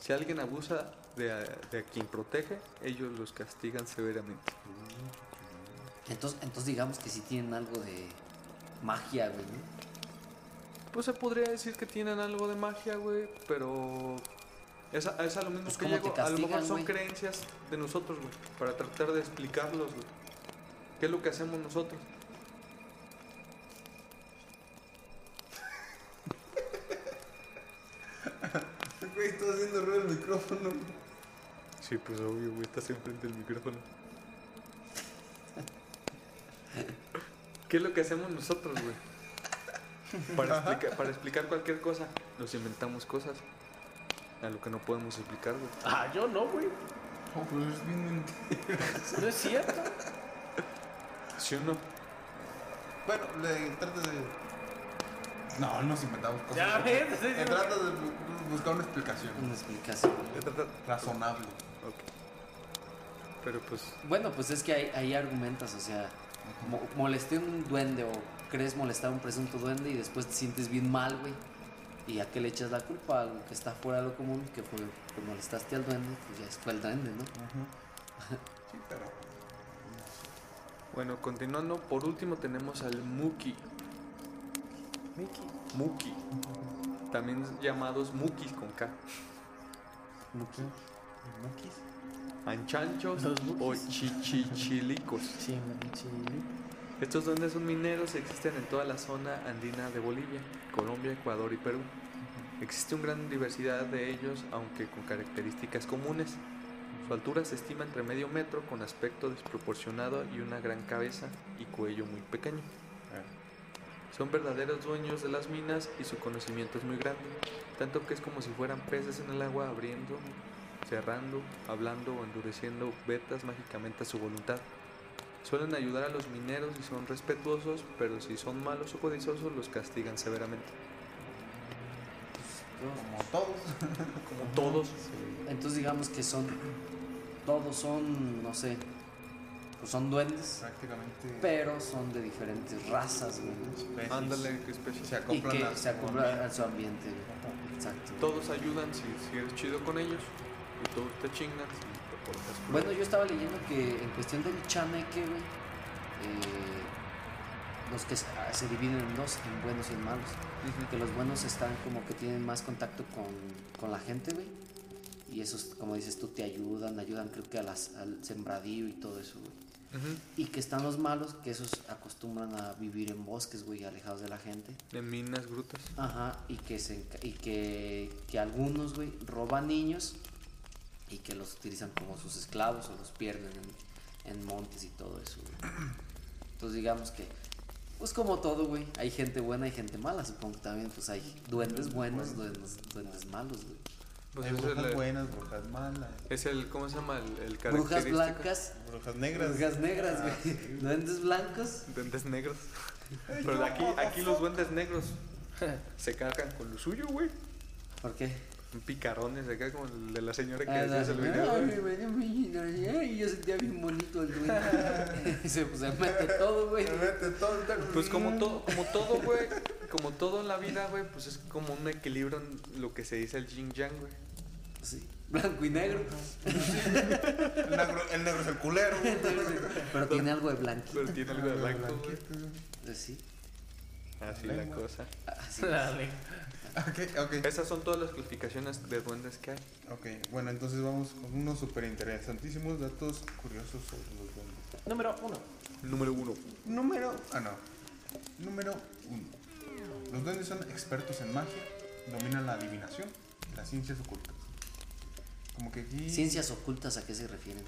A: Si alguien abusa de, a- de a quien protege, ellos los castigan severamente.
E: Entonces, entonces digamos que sí tienen algo de magia, güey. ¿no?
A: Pues se podría decir que tienen algo de magia, güey, pero es a, es a lo mismo
E: Pues,
A: que
E: ¿cómo
A: llego.
E: te
A: a lo mejor
E: castigan,
A: son
E: güey?
A: creencias de nosotros, güey, para tratar de explicarlos, güey. ¿Qué es lo que hacemos nosotros?
B: Güey, está haciendo ruido el micrófono.
A: Sí, pues obvio, güey, estás enfrente del micrófono. [LAUGHS] ¿Qué es lo que hacemos nosotros, güey? Para, explica- para explicar cualquier cosa, nos inventamos cosas a lo que no podemos explicar, güey.
D: Ah, yo no, güey.
B: Oh, pero es bien mentira.
D: No es cierto.
A: ¿Sí o no?
B: Bueno, le trata de. No, nos inventamos cosas.
D: [LAUGHS] Ya ves, estoy
B: Le
D: diciendo-
B: trata de bu- buscar una explicación
E: Una explicación.
B: Mm, razonable.
A: Ok. Pero pues,
E: Bueno, pues es que ahí, ahí argumentas, o sea, mo- molesté a un duende o crees molestar a un presunto duende y después te sientes bien mal, güey. ¿Y a qué le echas la culpa? Algo que está fuera de lo común, que fue que molestaste al duende, pues ya es fue el duende, ¿no?
B: Sí, pero.
A: bueno, continuando, por último tenemos al Muki. Muki. También llamados Mukis con K. Anchanchos
D: Los
A: o
D: Mukis.
A: chichichilicos. Estos duendes son mineros y existen en toda la zona andina de Bolivia, Colombia, Ecuador y Perú. Existe una gran diversidad de ellos, aunque con características comunes. Su altura se estima entre medio metro con aspecto desproporcionado y una gran cabeza y cuello muy pequeño. Son verdaderos dueños de las minas y su conocimiento es muy grande, tanto que es como si fueran peces en el agua abriendo, cerrando, hablando o endureciendo vetas mágicamente a su voluntad. Suelen ayudar a los mineros y son respetuosos, pero si son malos o codiciosos los castigan severamente.
B: Como todos.
A: Como todos.
E: Entonces digamos que son, todos son, no sé, pues son duendes,
B: Prácticamente.
E: pero son de diferentes razas, güey. ¿no?
B: especies.
A: Ándale, qué especie.
B: Se
E: Y
B: acoplan
E: que
B: a
E: se acoplan a su ambiente, güey. Exacto.
A: Todos ayudan si, si eres chido con ellos y todos te chingan si te portas culo.
E: Bueno, yo estaba leyendo que en cuestión del chaneque, güey, eh, los que se, ah, se dividen en dos, en buenos y en malos. Que los buenos están como que tienen más contacto con, con la gente, güey. Y esos, como dices tú, te ayudan, ayudan creo que a las- al sembradío y todo eso, güey. Y que están los malos, que esos acostumbran a vivir en bosques, güey, alejados de la gente.
A: En minas, grutas.
E: Ajá, y que, se, enca- y que, que algunos, güey, roban niños y que los utilizan como sus esclavos o los pierden en, en montes y todo eso, güey. Entonces digamos que, pues como todo, güey, hay gente buena y gente mala, supongo que también, pues hay duendes buenos, duendes, duendes malos, güey.
A: Pues
B: Hay
A: es,
B: brujas
A: el,
B: buenas, brujas malas,
A: es el- ¿cómo se llama? El, el
E: Brujas
A: característico.
E: blancas,
B: brujas negras. [LAUGHS]
E: brujas negras, güey. Duendes blancos.
A: Duendes
E: [LAUGHS]
A: negros. Pero de aquí, aquí los duendes negros se cargan con lo suyo, güey.
E: ¿Por qué?
A: Son Picarones acá como el de la señora que
E: Ah, la
A: decías el
E: señora,
A: video.
E: "Ay,
A: güey.
E: me venía mi dinero, Y yo sentía bien bonito el duende. [LAUGHS] Y se, pues, se mete todo, güey.
B: Vete, todo está-
A: Pues como todo, como todo, güey, como todo en la vida, güey, pues es como un equilibrio en lo que se dice el yin yang, güey.
E: Sí, blanco y negro.
B: El negro, el negro es el [LAUGHS] culero. güey.
E: Pero tiene algo de blanquito.
A: Pero tiene algo de blanco, güey.
E: Eh, Sí.
A: Así la cosa.
D: Dale.
B: Ok, ok.
A: Esas son todas las clasificaciones de duendes que hay.
B: Ok, bueno, entonces vamos con unos súper interesantísimos datos curiosos sobre los duendes.
D: Número uno.
A: Número uno.
B: Número. Ah, no. Número uno. Los duendes son expertos en magia, dominan la adivinación y las ciencias ocultas. Como que aquí.
E: Ciencias ocultas, ¿a qué se refieren?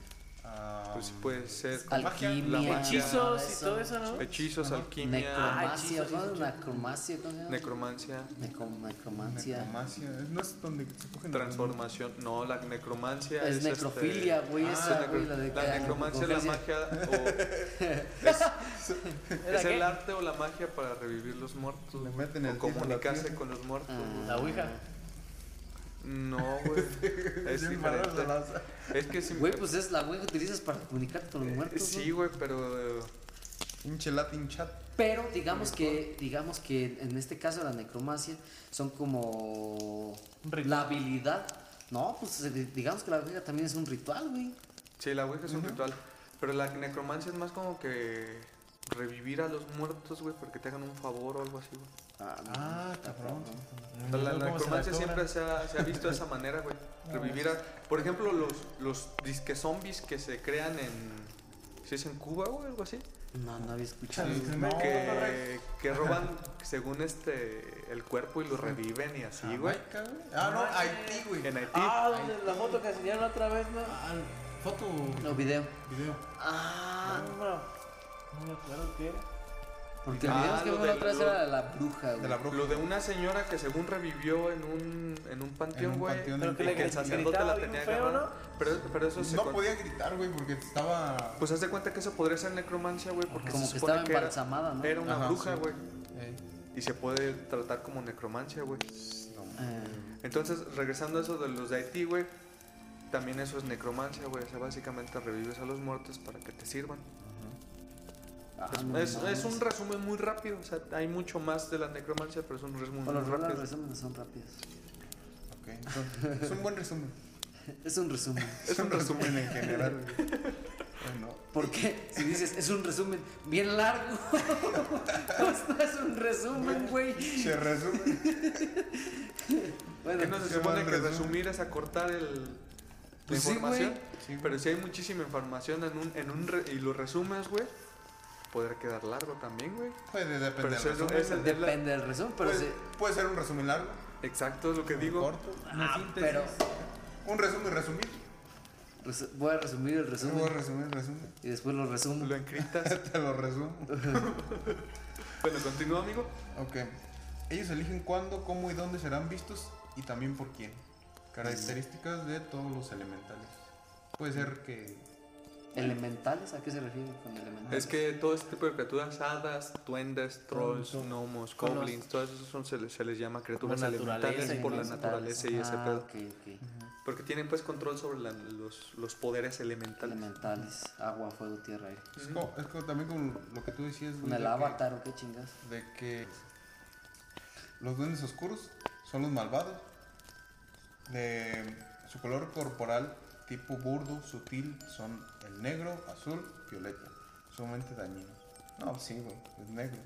B: ah,
A: Pues puede ser
B: Con magia, la
E: Alquimia.
A: magia.
D: Hechizos y
E: eso.
D: todo Ah, eso, ¿no?
A: hechizos, alquimia,
E: Necromancia, ¿no? Necromancia, ¿cómo se llama?
A: necromancia,
E: Necro- necromancia.
B: necromancia. No es donde se cogen.
A: transformación. No, la necromancia
E: Es
A: es. este-
E: necrofilia, güey,
A: Ah,
E: esa,
A: necro-
E: güey, la de
A: La necromancia es la magia. O,
E: [LAUGHS]
D: ¿Era
A: es el
D: qué?
A: arte o la magia para revivir los muertos.
B: Le
A: güey,
B: meten el
A: o
B: dedo a la
A: comunicarse
B: pieza.
A: con los muertos.
E: Ah.
A: güey.
D: La ouija.
A: No,
B: [LAUGHS]
A: güey. es
B: Bien barato,
A: diferente.
B: la osa.
A: Es que si
E: Güey, pues es la güey que utilizas para comunicarte con los muertos.
A: Sí,
E: ¿no?
A: güey, pero. eh,
B: Pinche Latin chat.
E: Pero digamos que, digamos que en este caso la necromancia son como
D: Un ritual.
E: la habilidad. No, pues eh, digamos que la Ouija también es un ritual, güey.
A: Sí, la Ouija es un ritual. Pero la necromancia es más como que revivir a los muertos, güey, porque te hagan un favor o algo así, güey.
E: Ah, no,
B: Ah,
E: está
B: cabrón.
A: La, la
D: ¿Cómo se la
A: necromancia
D: cobran?
A: siempre se ha, se ha visto de esa manera,
B: [LAUGHS]
A: güey. Revivir a... Por ejemplo, los, los disque zombies que se crean en... Si es en Cuba, güey, algo así.
E: No, no había escuchado. güey.
B: No,
A: que,
B: [LAUGHS]
A: que roban, según este, el cuerpo y lo reviven y así, güey.
B: Jamaica, güey. Ah, no, Haití, güey.
A: En Haití.
D: Ah, la foto que enseñaron la otra vez, ¿no?
B: Ah, foto.
E: No, video.
B: Video.
E: Ah,
D: No, no me acuerdo qué era.
E: porque
A: Ah,
E: digamos que
A: lo
E: una
A: del-
E: otra vez
A: lo-
E: era la bruja, güey.
B: De la bruja.
A: Lo de una señora que según revivió en un, en un panteón,
B: un
A: güey.
B: panteón
A: y
B: del-
A: que el sacerdote
D: Gritaba
A: la
D: bien
A: tenía
D: feo,
A: agarrada. Pero, pero eso se
B: No
A: con-
B: podía gritar, güey, porque estaba.
A: Pues haz de cuenta que eso podría ser necromancia, güey, porque
E: Como
A: se
E: que
A: supone
E: estaba
A: era-
E: embalsamada, ¿no?
A: era, una
B: Ajá,
A: bruja,
B: sí.
A: güey.
B: Ey,
A: Y se puede tratar como necromancia, güey.
B: no,
E: Eh,
A: Entonces, regresando a eso de los de Haití, güey, también eso es necromancia, güey. O sea, básicamente revives a los muertos para que te sirvan.
E: ah,
A: Es-
E: no
A: es,
E: mames.
A: es un resumen muy rápido, o sea, hay mucho más de la necromancia, pero es un resumen
E: Por lo
A: muy
E: regular, los
A: rápido.
E: resúmenes son rápidos. [LAUGHS]
B: ok, entonces, es un buen
A: [LAUGHS]
B: resumen.
E: Es un resumen.
B: Es [LAUGHS] un resumen en general. güey. Bueno,
E: Porque si dices, es un resumen bien largo, [LAUGHS] pues no es un resumen, güey.
B: se resume.
A: Que
E: Bueno,
A: no se
B: Qué
A: supone
B: mal
A: que
B: resumen.
A: resumir es acortar el,
E: Pues
A: la
E: sí,
A: información?
E: güey.
B: Sí,
A: pero si hay muchísima información en un, en un re- y lo resumes, güey, podrá quedar largo también, güey.
B: Puede depender
A: Pero
B: del
A: eso es,
B: resumen.
A: es el- es la-
E: depende del resumen, pero
A: Pues,
B: puede,
E: sí.
B: puede ser un resumen largo,
A: Exacto, es lo que digo.
B: corto.
E: Ah, pero
B: Un resumen, resumir.
E: resu- voy a resumir el
B: Luego
E: resumen
B: resumen, resumen.
E: y después lo resumo.
A: Lo encriptas.
B: [LAUGHS] Te lo resumo.
A: bueno, continúa, amigo.
B: Ok. Ellos eligen cuándo, cómo y dónde serán vistos y también por quién. Características de todos los elementales. Puede ser que.
E: ¿Elementales? ¿A qué se refiere con elementales?
A: Es que todo este tipo de criaturas, hadas, duendes, trolls, gnomos,
D: con los-
A: goblins, todas esas son, se, les, se les llama criaturas
D: Por
A: elementales
D: naturaleza,
A: por la
E: elementales.
A: naturaleza y ese
E: Ah,
A: pedo.
E: ok, ok.
A: Porque tienen pues control sobre la- los, los poderes elementales.
E: Elementales, agua, fuego, tierra, aire.
B: Es como, es como también con lo que tú decías. güey,
E: Con
B: de
E: el
B: que-
E: avatar o qué chingas.
B: de que los duendes oscuros son los malvados. De su color corporal tipo burdo, sutil, son el negro, azul, violeta. Sumamente dañino. No, sí, güey,
A: [LAUGHS]
B: es negro.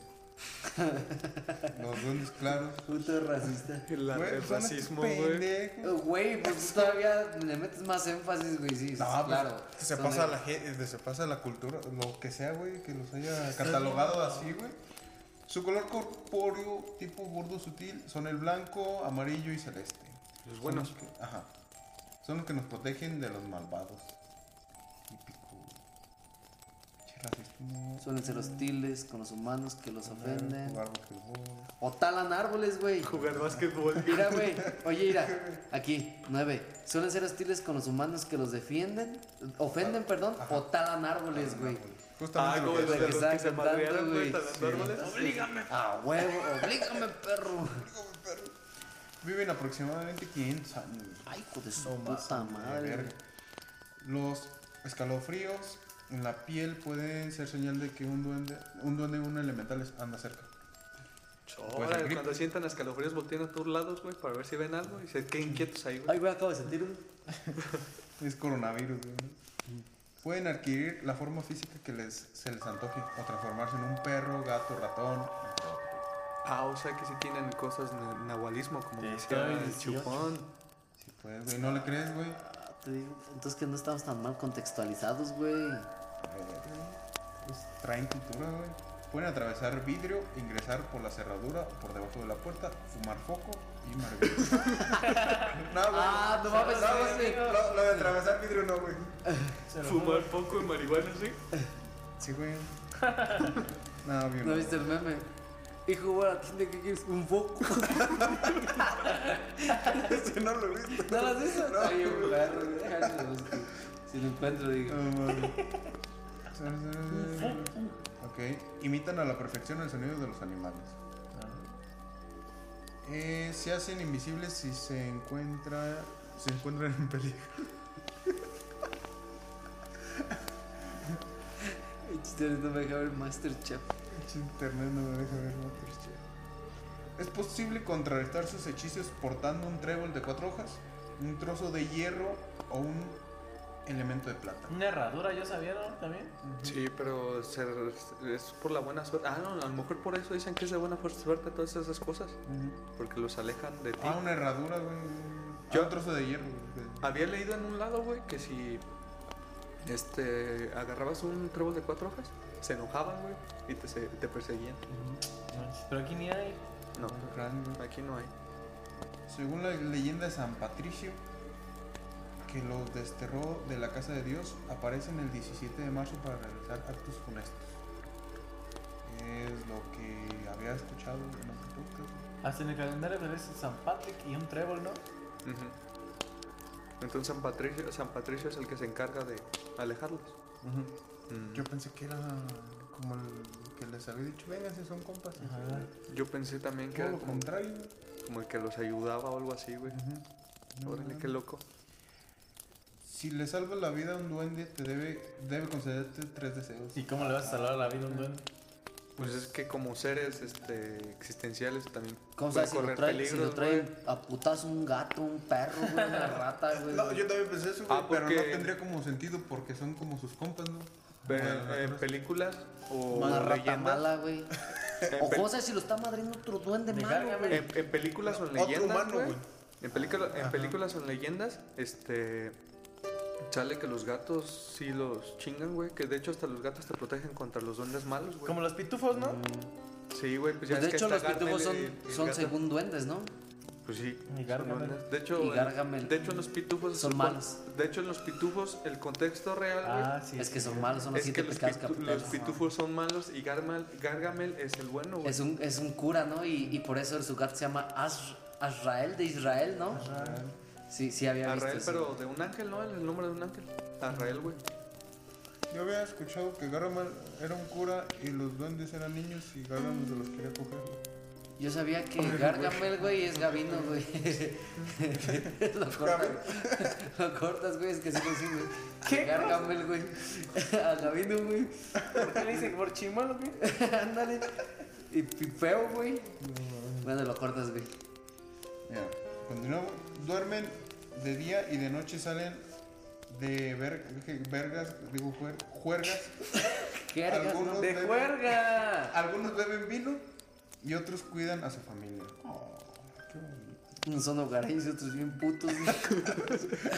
B: los duendes claros.
E: Puto racista.
A: La-
B: Güey, pues
A: el
B: son unos
A: racismo, güey.
B: pendejos.
E: [LAUGHS] Güey, pues todavía le metes más énfasis, güey, sí,
B: No, pues,
E: claro.
B: se
E: son
B: pasa
E: de-
B: la ge- se pasa la cultura, lo que sea, güey, que los
E: [LAUGHS]
B: haya catalogado así, güey. Su color corpóreo, tipo gordo sutil, son el blanco, amarillo y celeste.
A: Los
B: Son
A: buenos.
B: que- ajá. Son los que nos protegen de los malvados. Típico.
E: Suelen ser hostiles con los humanos que los ofenden.
B: Jugar basquetbol.
E: O talan árboles, güey.
A: Jugar básquetbol.
E: Mira,
A: [LAUGHS]
E: güey. Oye, mira. Aquí, nueve. Suelen ser hostiles con los humanos que los defienden. Ofenden, perdón. O Ah, talan árboles, güey.
B: Justamente
A: Ah,
B: lo
A: como
B: que
A: el de
B: decía.
A: los
E: Exacto,
A: que se madrearon,
E: tanto,
A: güey,
E: güey.
A: talando
E: Sí.
A: árboles.
E: Oblígame. A huevo. Oblígame, perro.
B: Viven aproximadamente 500 años.
E: Ay, hijo de su puta madre.
B: Verga. Los escalofríos en la piel pueden ser señal de que un duende, un duende o un elemental es- anda cerca.
D: Pues
A: Ahora,
B: gripe.
A: cuando sientan escalofríos, voltean a todos lados, güey, para ver si ven algo y se queden quietos ahí, güey.
E: Ay, güey, acabo de sentir un.
B: Es coronavirus, güey. Pueden adquirir la forma física que les, se les antoje o transformarse en un perro, gato, ratón.
A: Ah, o sea que si tienen cosas en nahualismo, como
D: Te
A: decía
D: estoy
A: el
D: diciendo.
A: chupón.
B: Si puedes, güey. ¿No le crees, güey?
E: Ah, Te digo, entonces que no estamos tan mal contextualizados, güey.
B: Pues traen cultura, güey. Pueden atravesar vidrio, ingresar por la cerradura o por debajo de la puerta, fumar foco y
E: [LAUGHS]
B: marihuana. no, güey.
E: Ah, no mames,
B: No,
E: sí,
B: güey,
E: sí.
B: Lo, lo de atravesar vidrio no, güey.
A: Fumar poco y marihuana, sí.
B: Sí, güey. [LAUGHS] No, bien.
E: ¿No viste el meme? Hijo, güey, ¿a ti de qué quieres? Un foco. [LAUGHS]
B: Ese no lo viste.
E: ¿No lo has visto?
B: No.
E: Ay, güey, perro, güey, déjame lo busco. Si lo encuentro, digo.
B: No, mames. ok. Imitan a la perfección el sonido de los animales. Eh, se hacen invisibles si se encuentra. Se encuentran en peligro. [LAUGHS]
E: El chiste no me deja ver Masterchef.
B: Pinche Internet no me deja ver Masterchef. Es posible contrarrestar sus hechizos portando un trébol de cuatro hojas, un trozo de hierro o un elemento de plata.
D: Una herradura, yo sabía, ¿no? También.
A: Sí, pero se- es por la buena suerte. Ah, no, a lo mejor por eso dicen que es de buena fuer- suerte todas esas cosas, porque los alejan de ti.
B: Ah, una herradura, güey. Ah,
A: Yo-
B: un trozo de hierro. güey.
A: Había leído en un lado, güey, que si este, agarrabas un trébol de cuatro hojas, se enojaban, güey, y te, se- te perseguían.
D: Pero aquí ni hay.
A: No,
B: Un cráneo, güey.
A: aquí no hay.
B: Según la leyenda de San Patricio, que los desterró de la casa de Dios, aparecen el 17 de marzo para realizar actos funestos. Es lo que había escuchado en otro podcast.
D: Hasta en el calendario aparece San Patrick y un trébol, ¿no?
A: Ujú. Entonces San Patricio, San Patricio es el que se encarga de alejarlos.
B: Yo pensé que era como el que les había dicho, vengan si son compas. y se-
A: Yo pensé también que
B: Todo
A: era
B: lo
A: como,
B: contrario.
A: como el que los ayudaba o algo así, güey.
B: No
A: Órale,
B: mames.
A: qué loco.
B: Si le salvas la vida a un duende, te debe, debe concederte tres deseos.
D: ¿Y cómo le vas a salvar la vida a un duende?
A: Pues es que como seres este, existenciales también pueden
E: ¿Cómo sabes si lo
A: correr
E: traen, si lo
A: peligros,
E: traen
A: güey.
E: a putas un gato, un perro, güey, una rata, güey?
B: No, yo también pensé eso, güey,
A: Ah,
B: pero no
A: porque-
B: tendría como sentido porque son como sus compas, ¿no?
A: Pero
B: Como
A: en,
B: las
A: en
B: otras.
A: eh, películas o
E: Una rata
A: leyendas,
E: mala, güey. O cómo sabes si lo está madriendo otro duende
D: De
E: malo,
D: Gargamel.
E: güey.
A: En, en películas o en
B: Otro
A: leyendas,
B: humano,
A: güey.
B: güey.
A: En, película- en películas o en leyendas, este. Sale que los gatos sí los chingan, güey. Que de hecho hasta los gatos te protegen contra los duendes malos, güey.
D: Como los pitufos, ¿no?
A: Sí, güey, pues ya
E: Pues de
A: es que
E: hecho,
A: está
E: los pitufos son,
A: Gargamel y- y el
E: son
A: gato.
E: según duendes, ¿no?
A: Pues sí.
D: Y
A: son
D: Gargamel.
A: duendes. De hecho,
E: Y
A: en-
E: Gargamel.
A: de hecho, en los pitufos. se
E: Son
A: supone-
E: malos.
A: De hecho, en los pitufos, el contexto real, güey.
D: Ah, sí.
E: es que son malos, son los
A: Es que
E: siete
A: los,
E: pecados
A: pitu- los
E: capitales.
A: pitufos son malos y Garmal- Gargamel es el bueno, güey.
E: Es un, es un cura, ¿no? Y, y por eso su gato se llama As- Azrael de Israel, ¿no? Sí, sí había visto
A: Arrael,
E: eso.
A: pero de un ángel, ¿no? El nombre de un ángel. Arrael, güey.
B: Yo había escuchado que Gargamel era un cura y los duendes eran niños y Gargamel se los quería coger. güey.
E: Yo sabía que Gargamel, güey, es Gabino, güey. [LAUGHS] lo, cortas, lo cortas, güey, es que sí lo sigue.
D: ¿Qué
E: Gargamel, güey. [LAUGHS] A Gabino, güey. [LAUGHS]
D: ¿Por qué le dicen por chimolo, güey?
E: Ándale. Y pipeo, güey. Bueno, lo cortas, güey.
B: Mira, continuamos. Duermen de día y de noche salen de ver- dije, vergas, digo juer- juergas.
E: ¿Qué vergas,
B: Algunos
E: no?
B: de-
D: ¡De juerga!
B: Algunos beben vino y otros cuidan a su familia.
E: Unos son hogareños y otros bien putos, güey.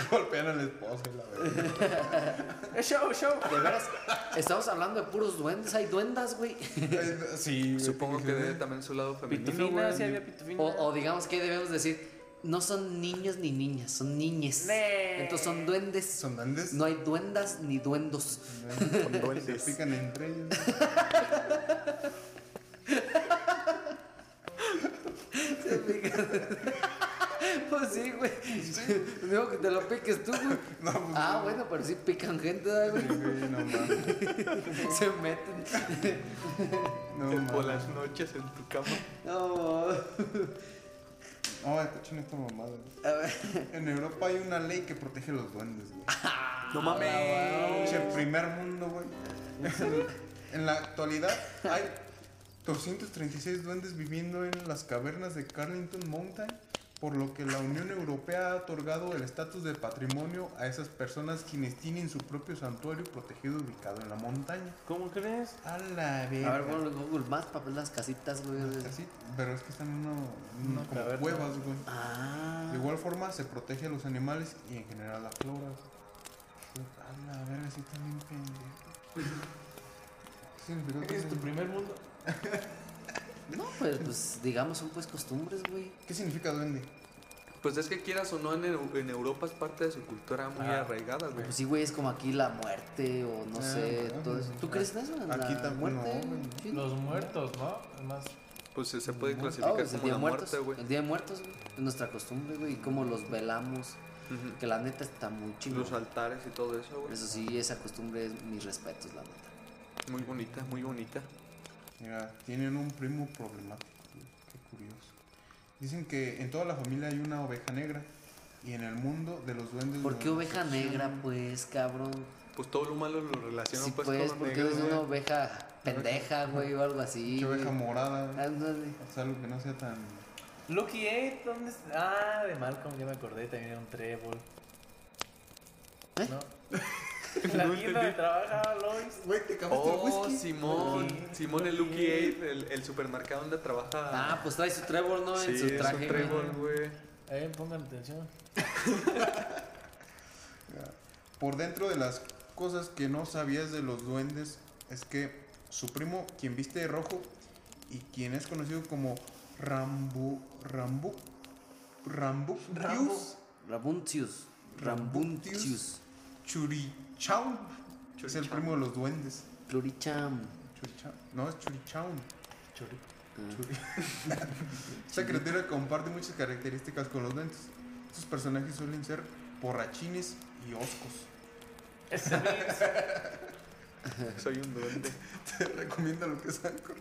B: Golpean al esposo, la verdad.
D: ¡Es show, show!
E: De veras, estamos hablando de puros duendes. Hay duendas, güey.
B: Sí, güey,
A: Supongo que
B: dije,
A: debe también su lado femenino,
D: Pitufina,
A: güey.
D: sí había pitufina.
E: O, o digamos que debemos decir, No son niños ni niñas, son niñes.
D: Ne.
E: Entonces son duendes.
B: ¿Son duendes?
E: No hay duendas ni [LAUGHS] duendos.
B: Se pican entre ellos.
E: Pues sí, güey. No, que te lo piques tú, [LAUGHS] güey. ah, bueno, pero sí pican gente, ¿verdad, güey.
B: Güey, no mames.
E: Se meten.
B: No
A: Por
B: mames.
A: las noches en tu cama.
E: No.
B: Oh, escuchen esta mamada.
E: A ver.
B: En Europa hay una ley que protege a los duendes, güey.
E: Ah,
A: No mames.
B: Pinche primer mundo, güey. En la actualidad hay 236 duendes viviendo en las cavernas de Carlington Mountain, por lo que la Unión Europea ha otorgado el estatus de patrimonio a esas personas quienes tienen su propio santuario protegido ubicado en la montaña.
D: ¿Cómo crees?
B: A la
E: A ver,
B: verga.
E: bueno, Google Maps para ver las casitas, güey.
B: Así, pero es que están en una, en una como
D: caverna.
B: cuevas, güey.
E: Ah.
B: De igual forma se protege a los animales y en general a la flora. A la verga, sí también pendejo. ¿Qué significa que
D: Este ¿Es tu
B: es-
D: primer mundo?
E: No, pues, pues digamos, son pues costumbres, güey.
B: ¿Qué significa duende?
A: Pues es que quieras o no, en, Eu- en Europa es parte de su cultura muy arraigada, güey.
E: Pues sí, güey, es como aquí la muerte o no
B: Ah,
E: sé.
B: ah,
E: todo eso.
B: ah,
E: ¿Tú crees en eso? En
B: aquí
E: la
B: también no,
E: muerte.
B: güey.
E: Sí.
D: Los muertos, ¿no? Además,
A: Pues se, se puede
E: Ah,
A: clasificar
E: güey, es el
A: como
E: día
A: la
E: de muertos.
A: muerte, güey.
E: el día de muertos, güey. Es nuestra costumbre, güey. Y cómo los velamos. Que la neta está muy chido.
A: Los altares y todo eso, güey.
E: Eso sí, esa costumbre es mis respetos, la neta.
A: Muy bonita, muy bonita.
B: Mira, tienen un primo problemático. güey. Qué curioso. Dicen que en toda la familia hay una oveja negra. Y en el mundo de los
A: Mm,
B: duendes.
E: ¿Por qué
B: no
E: oveja
B: excepción.
E: negra, pues, cabrón?
A: Pues todo lo malo lo relaciona
E: Si
A: pues,
E: puedes,
A: con lo
E: porque
A: negro,
E: eres
A: güey.
E: una oveja pendeja, güey, o algo así. Ah,
B: Qué oveja
E: güey.
B: morada.
E: Ándale.
B: Es algo que no sea tan.
D: Lucky Eight, eh, ¿dónde está? Ah, de Malcolm, ya me acordé, también era un trébol.
E: ¿Eh?
D: [LAUGHS] No. la tienda donde trabajaba Lois.
B: Güey, te acabaste
A: Oh, Simón. Simón el Lucky Eight, el, el supermercado donde trabaja.
E: Ah, pues trae su trébol, ¿no?
A: sí,
E: en su
A: es
E: traje.
A: un
E: güey.
A: trébol, güey.
D: Eh, pongan atención.
B: Por dentro de las cosas que no sabías de los duendes es que su primo, quien viste de rojo y quien es conocido como Rambu Rambu Rambu Rambu
E: Rabuntius. Rabuntius.
B: Churichaun es el primo de los duendes.
E: Pluricham.
B: Churichaun. No, es Churichaun. Churi- [LAUGHS] Esta criatura comparte muchas características con los duendes. Sus personajes suelen ser borrachines y oscos.
D: Ese Vince.
A: Soy un duende.
B: Te recomiendo lo que saco.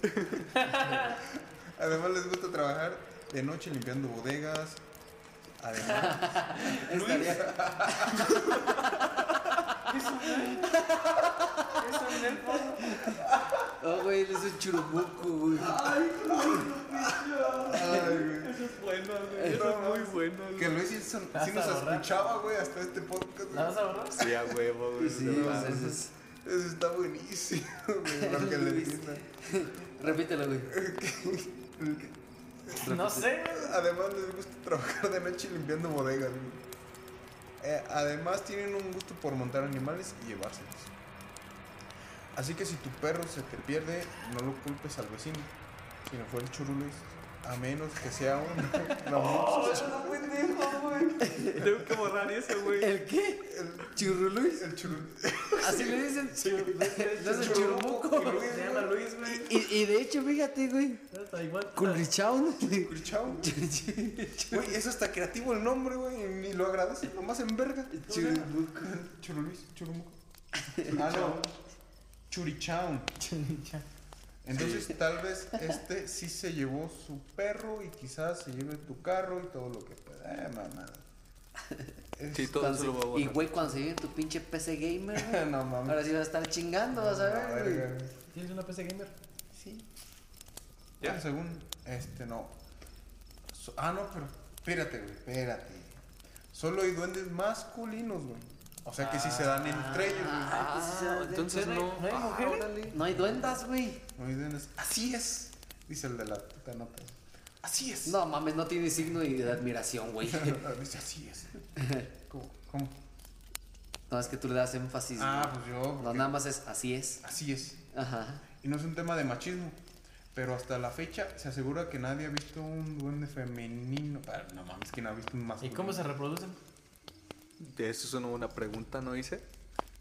B: Además les gusta trabajar de noche limpiando bodegas. Además,
E: Estaría-
D: Es un elfo.
E: Oh, güey, es un churubuco, güey.
A: Bueno, güey. Eso es muy bueno, güey.
B: que Luis sí, son- sí
D: Hasta
B: nos
D: borracho.
B: escuchaba, güey, hasta este podcast.
D: ¿La vas a borrar?
A: Sí, a huevo, güey.
E: Sí,
A: no
E: o sea,
A: mames.
E: eso es-
B: Eso está buenísimo, güey, lo que le
E: Luis.
B: entiendan.
E: Repítelo, güey.
D: No sé.
B: Además les gusta trabajar de noche limpiando bodegas, güey. Eh, además tienen un gusto por montar animales y llevárselos. Así que si tu perro se te pierde, no lo culpes al vecino, sino fue el churulis, a menos que sea un [LAUGHS]
A: Tengo que borrar eso, güey.
E: ¿El qué?
B: el,
E: ¿Churruluis?
B: el churul-
E: Así le dicen. No es el
B: Churrubuco
E: churubuco.
B: y Luis,
D: Se llama Luis, güey.
E: Y, y de hecho, fíjate, güey.
D: Está igual.
E: Culrichaun.
B: güey, chao. Güey, eso está creativo el nombre, güey, y ni lo agradece, nomás en verga.
E: Churrubuco.
B: Churulis, churumuco. Ah, no. Churichaun. Entonces, tal vez este sí se llevó su perro y quizás se lleve tu carro y todo lo que pueda. Eh, mamada. [LAUGHS]
A: Sí, todo eso lo voy a
E: Y,
A: borrar.
E: güey, cuando se viene tu pinche PC gamer,
B: [LAUGHS]
E: güey.
B: No mames.
E: Ahora sí vas a estar chingando, vas a
B: La
E: ver, güey.
B: verga, güey.
D: ¿Tienes una PC gamer?
E: Sí.
A: Ya.
B: Ah, según este no. So- ah, no, pero espérate, güey, espérate. Solo hay duendes masculinos, güey. O sea que sí se dan entre ellos, güey.
A: Ah, entonces no.
D: ¿No hay
A: Ah,
D: mujeres?
A: órale.
E: No hay duendas, güey.
B: No hay duendes. Así es, dice el de la puta nota. Así es.
E: No mames, no tiene signo de admiración, güey.
B: [LAUGHS] dice así
E: [LAUGHS]
B: es. ¿Cómo? ¿Cómo?
E: No, es que tú le das énfasis.
B: Ah,
E: güey.
B: pues yo.
E: No,
B: porque-
E: nada más es así es.
B: Así es.
E: Ajá.
B: Y no es un tema de machismo. Pero hasta la fecha se asegura que nadie ha visto visto un duende femenino. Ah, no mames, ¿quién ha visto un
D: ¿Y
B: masculino?
D: cómo se reproducen?
A: De eso es una buena pregunta, ¿no hice?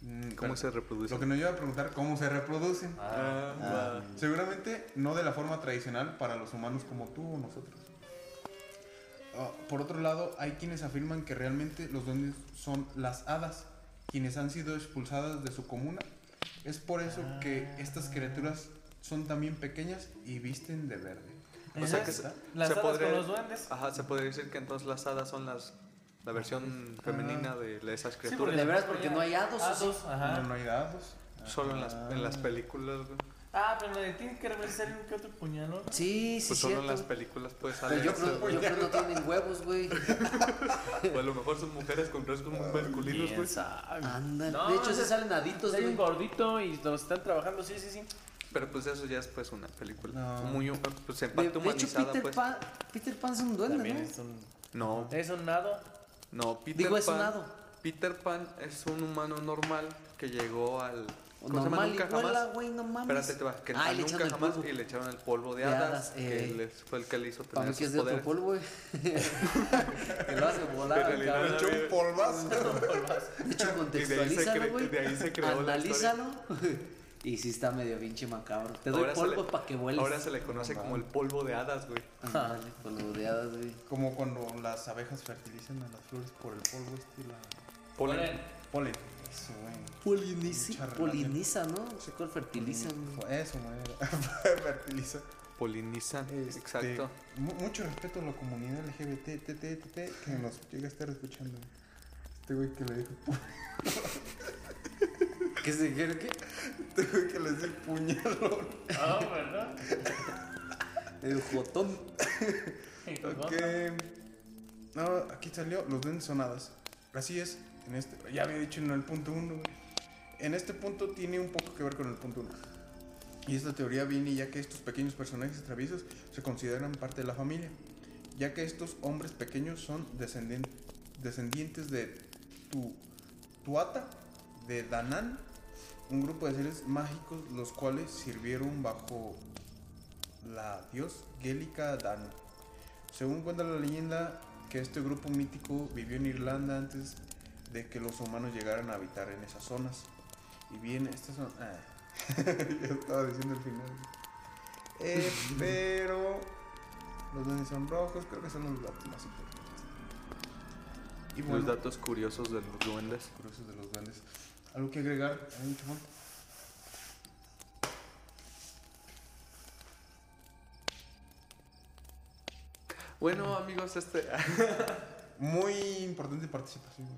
B: Mm,
A: ¿Cómo
B: espérate.
A: se reproduce? Ah,
B: Lo que nos iba a preguntar, ¿cómo se reproducen?
D: Ah,
B: Seguramente no de la forma tradicional para los humanos como tú o nosotros. Ah, por otro lado, hay quienes afirman que realmente los duendes son las hadas, quienes han sido expulsadas de su comuna. Es por eso que
D: Ah.
B: estas criaturas son también pequeñas y visten de verde.
A: O sea que se,
D: Las
A: se
D: hadas
A: podría-
D: con los duendes.
A: Ajá, se podría decir que entonces las hadas son las la versión femenina de la- esas criaturas.
E: De veras, Ah. porque no hay hados, ¿o sí?
D: Hados, Ah, ajá.
B: No, no hay hados.
A: Solo en las, en las películas, güey.
D: Ah, pero le tienen que revisar un que otro puñal, ¿no?
E: Sí, sí,
A: Pues solo
E: cierto.
A: en las películas puede salir.
E: Pero yo
A: eso,
E: creo,
A: güey.
E: yo creo que no tienen huevos, güey.
A: O a lo mejor son mujeres con rasgos
E: Ah,
A: muy masculinos, güey.
E: Anda.
D: No,
E: de hecho,
D: no
E: se
D: sé.
E: salen aditos,
D: Hay un
E: güey.
D: gordito y los están trabajando, sí, sí, sí.
A: Pero pues eso ya es pues una película. Muy hum- pues en
E: De,
A: parte
E: de hecho,
A: humanizada,
E: Peter,
A: pues.
E: Pan, Peter Pan es un duende,
D: También
E: ¿no?
D: es un.
A: No,
D: Es un nado.
A: no, Peter
E: Digo, es un
A: Pan.
E: hado.
A: Peter Pan es un humano normal que llegó al. ¿Cómo se llama?
E: Normal y
A: Nunca
E: vuela,
A: jamás.
E: güey, no mames.
A: Espérate, te va. Que
E: Ah,
A: al
E: le
A: nunca
E: echaron el
A: jamás
E: polvo.
A: y le echaron el polvo de
E: De
A: hadas.
E: hadas,
A: que
E: eh.
A: les- fue el que le hizo
E: Para mí
A: tener
E: que es
A: sus
E: de otro
A: poderes.
E: polvo, güey. que lo hace volar, al
A: realidad,
E: cabrón.
B: Echó un polvazo.
E: De hecho,
A: ahí se
E: contextualízalo,
A: cre-
E: güey.
A: de ahí se creó la
E: Analízalo. [LAUGHS] y sí está medio pinche macabro. Te doy
A: Ahora se
E: polvo
A: le-
E: para que vueles.
A: Ahora se le conoce como el polvo de hadas, güey.
E: Ándale, con los bodeadas, güey.
B: Como cuando las abejas fertilizan a las flores por el polvo este y la
A: Polen.
B: polen. Eso, güey.
E: Poliniza,
B: Mucha Mm,
E: poliniza, ¿no? Se cual fertilizan. güey.
B: Eso, güey. [LAUGHS] Fertiliza.
A: Polinizan,
B: Este,
A: exacto.
B: mu- mucho respeto a la comunidad LGBT, t, t, t, t, que nos llega a estar escuchando. güey. Este güey que le dijo pu-
E: ¿Qué se
B: [LAUGHS]
E: quiere qué?
B: este güey que le dice el puñalón.
D: [LAUGHS] Ah, ¿verdad?
E: [LAUGHS] El jotón.
B: Ok. No, aquí salió los duendes sonadas. Así es, en este, ya había dicho en el punto 1, En este punto tiene un poco que ver con el punto 1. Y esta teoría viene ya que estos pequeños personajes traviesos se consideran parte de la familia, ya que estos hombres pequeños son descenden- descendientes de tu Tuata, de Danán, un grupo de seres mágicos los cuales sirvieron bajo la dios Gélica Danu. Según cuenta la leyenda, que este grupo mítico vivió en Irlanda antes de que los humanos llegaran a habitar en esas zonas. Y bien, estas son. Ah, [LAUGHS] ya estaba diciendo el final. [LAUGHS] Eh, pero. Los duendes son rojos, creo que son los datos más importantes. Y
A: Los datos curiosos de los duendes.
B: curiosos de los duendes. ¿Algo que agregar? ¿Algún chafón?
A: Bueno, amigos, este. [LAUGHS]
B: Muy importante participación.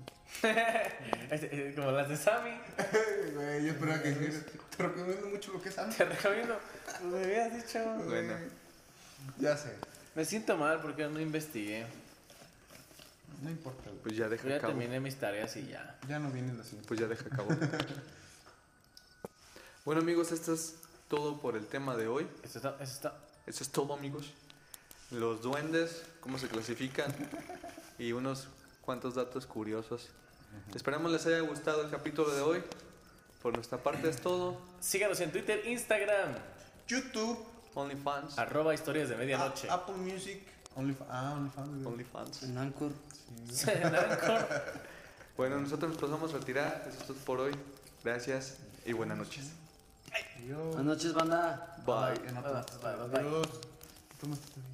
D: Este, eh, como las de Sammy.
B: [LAUGHS] Güey, yo esperaba que dijeras, Te recomiendo mucho lo que es
D: Te recomiendo. Pues me habías dicho.
A: Bueno.
B: Ya sé.
D: Me siento mal porque no investigué.
B: No importa, güey.
A: Pues ya
D: Yo
A: deja
D: ya
A: cabo.
D: terminé mis tareas y ya.
B: Ya no viene la siguiente.
A: Pues ya deja
E: [LAUGHS]
A: cabo. bueno, amigos, esto es todo por el tema de hoy.
D: Esto está. Esto está.
A: Eso es todo, amigos. Los duendes, cómo se clasifican y unos cuantos datos curiosos. Esperamos les haya gustado el capítulo de hoy. Por nuestra parte es todo.
D: Síganos en Twitter, Instagram.
B: YouTube,
A: OnlyFans.
D: Arroba historias de medianoche.
E: Ah,
B: Apple Music, OnlyFans. Ah, OnlyFans. güey.
A: OnlyFans.
E: En Anchor. ah.
D: [LAUGHS] En Anchor.
A: Bueno, nosotros nos pasamos a retirar. Eso es todo por hoy. Gracias y buenas noches.
B: Adiós.
E: Buenas noches, banda.
A: Bye.
B: En otro-
D: Bye, bye, bye.
B: Adiós. Toma esta también.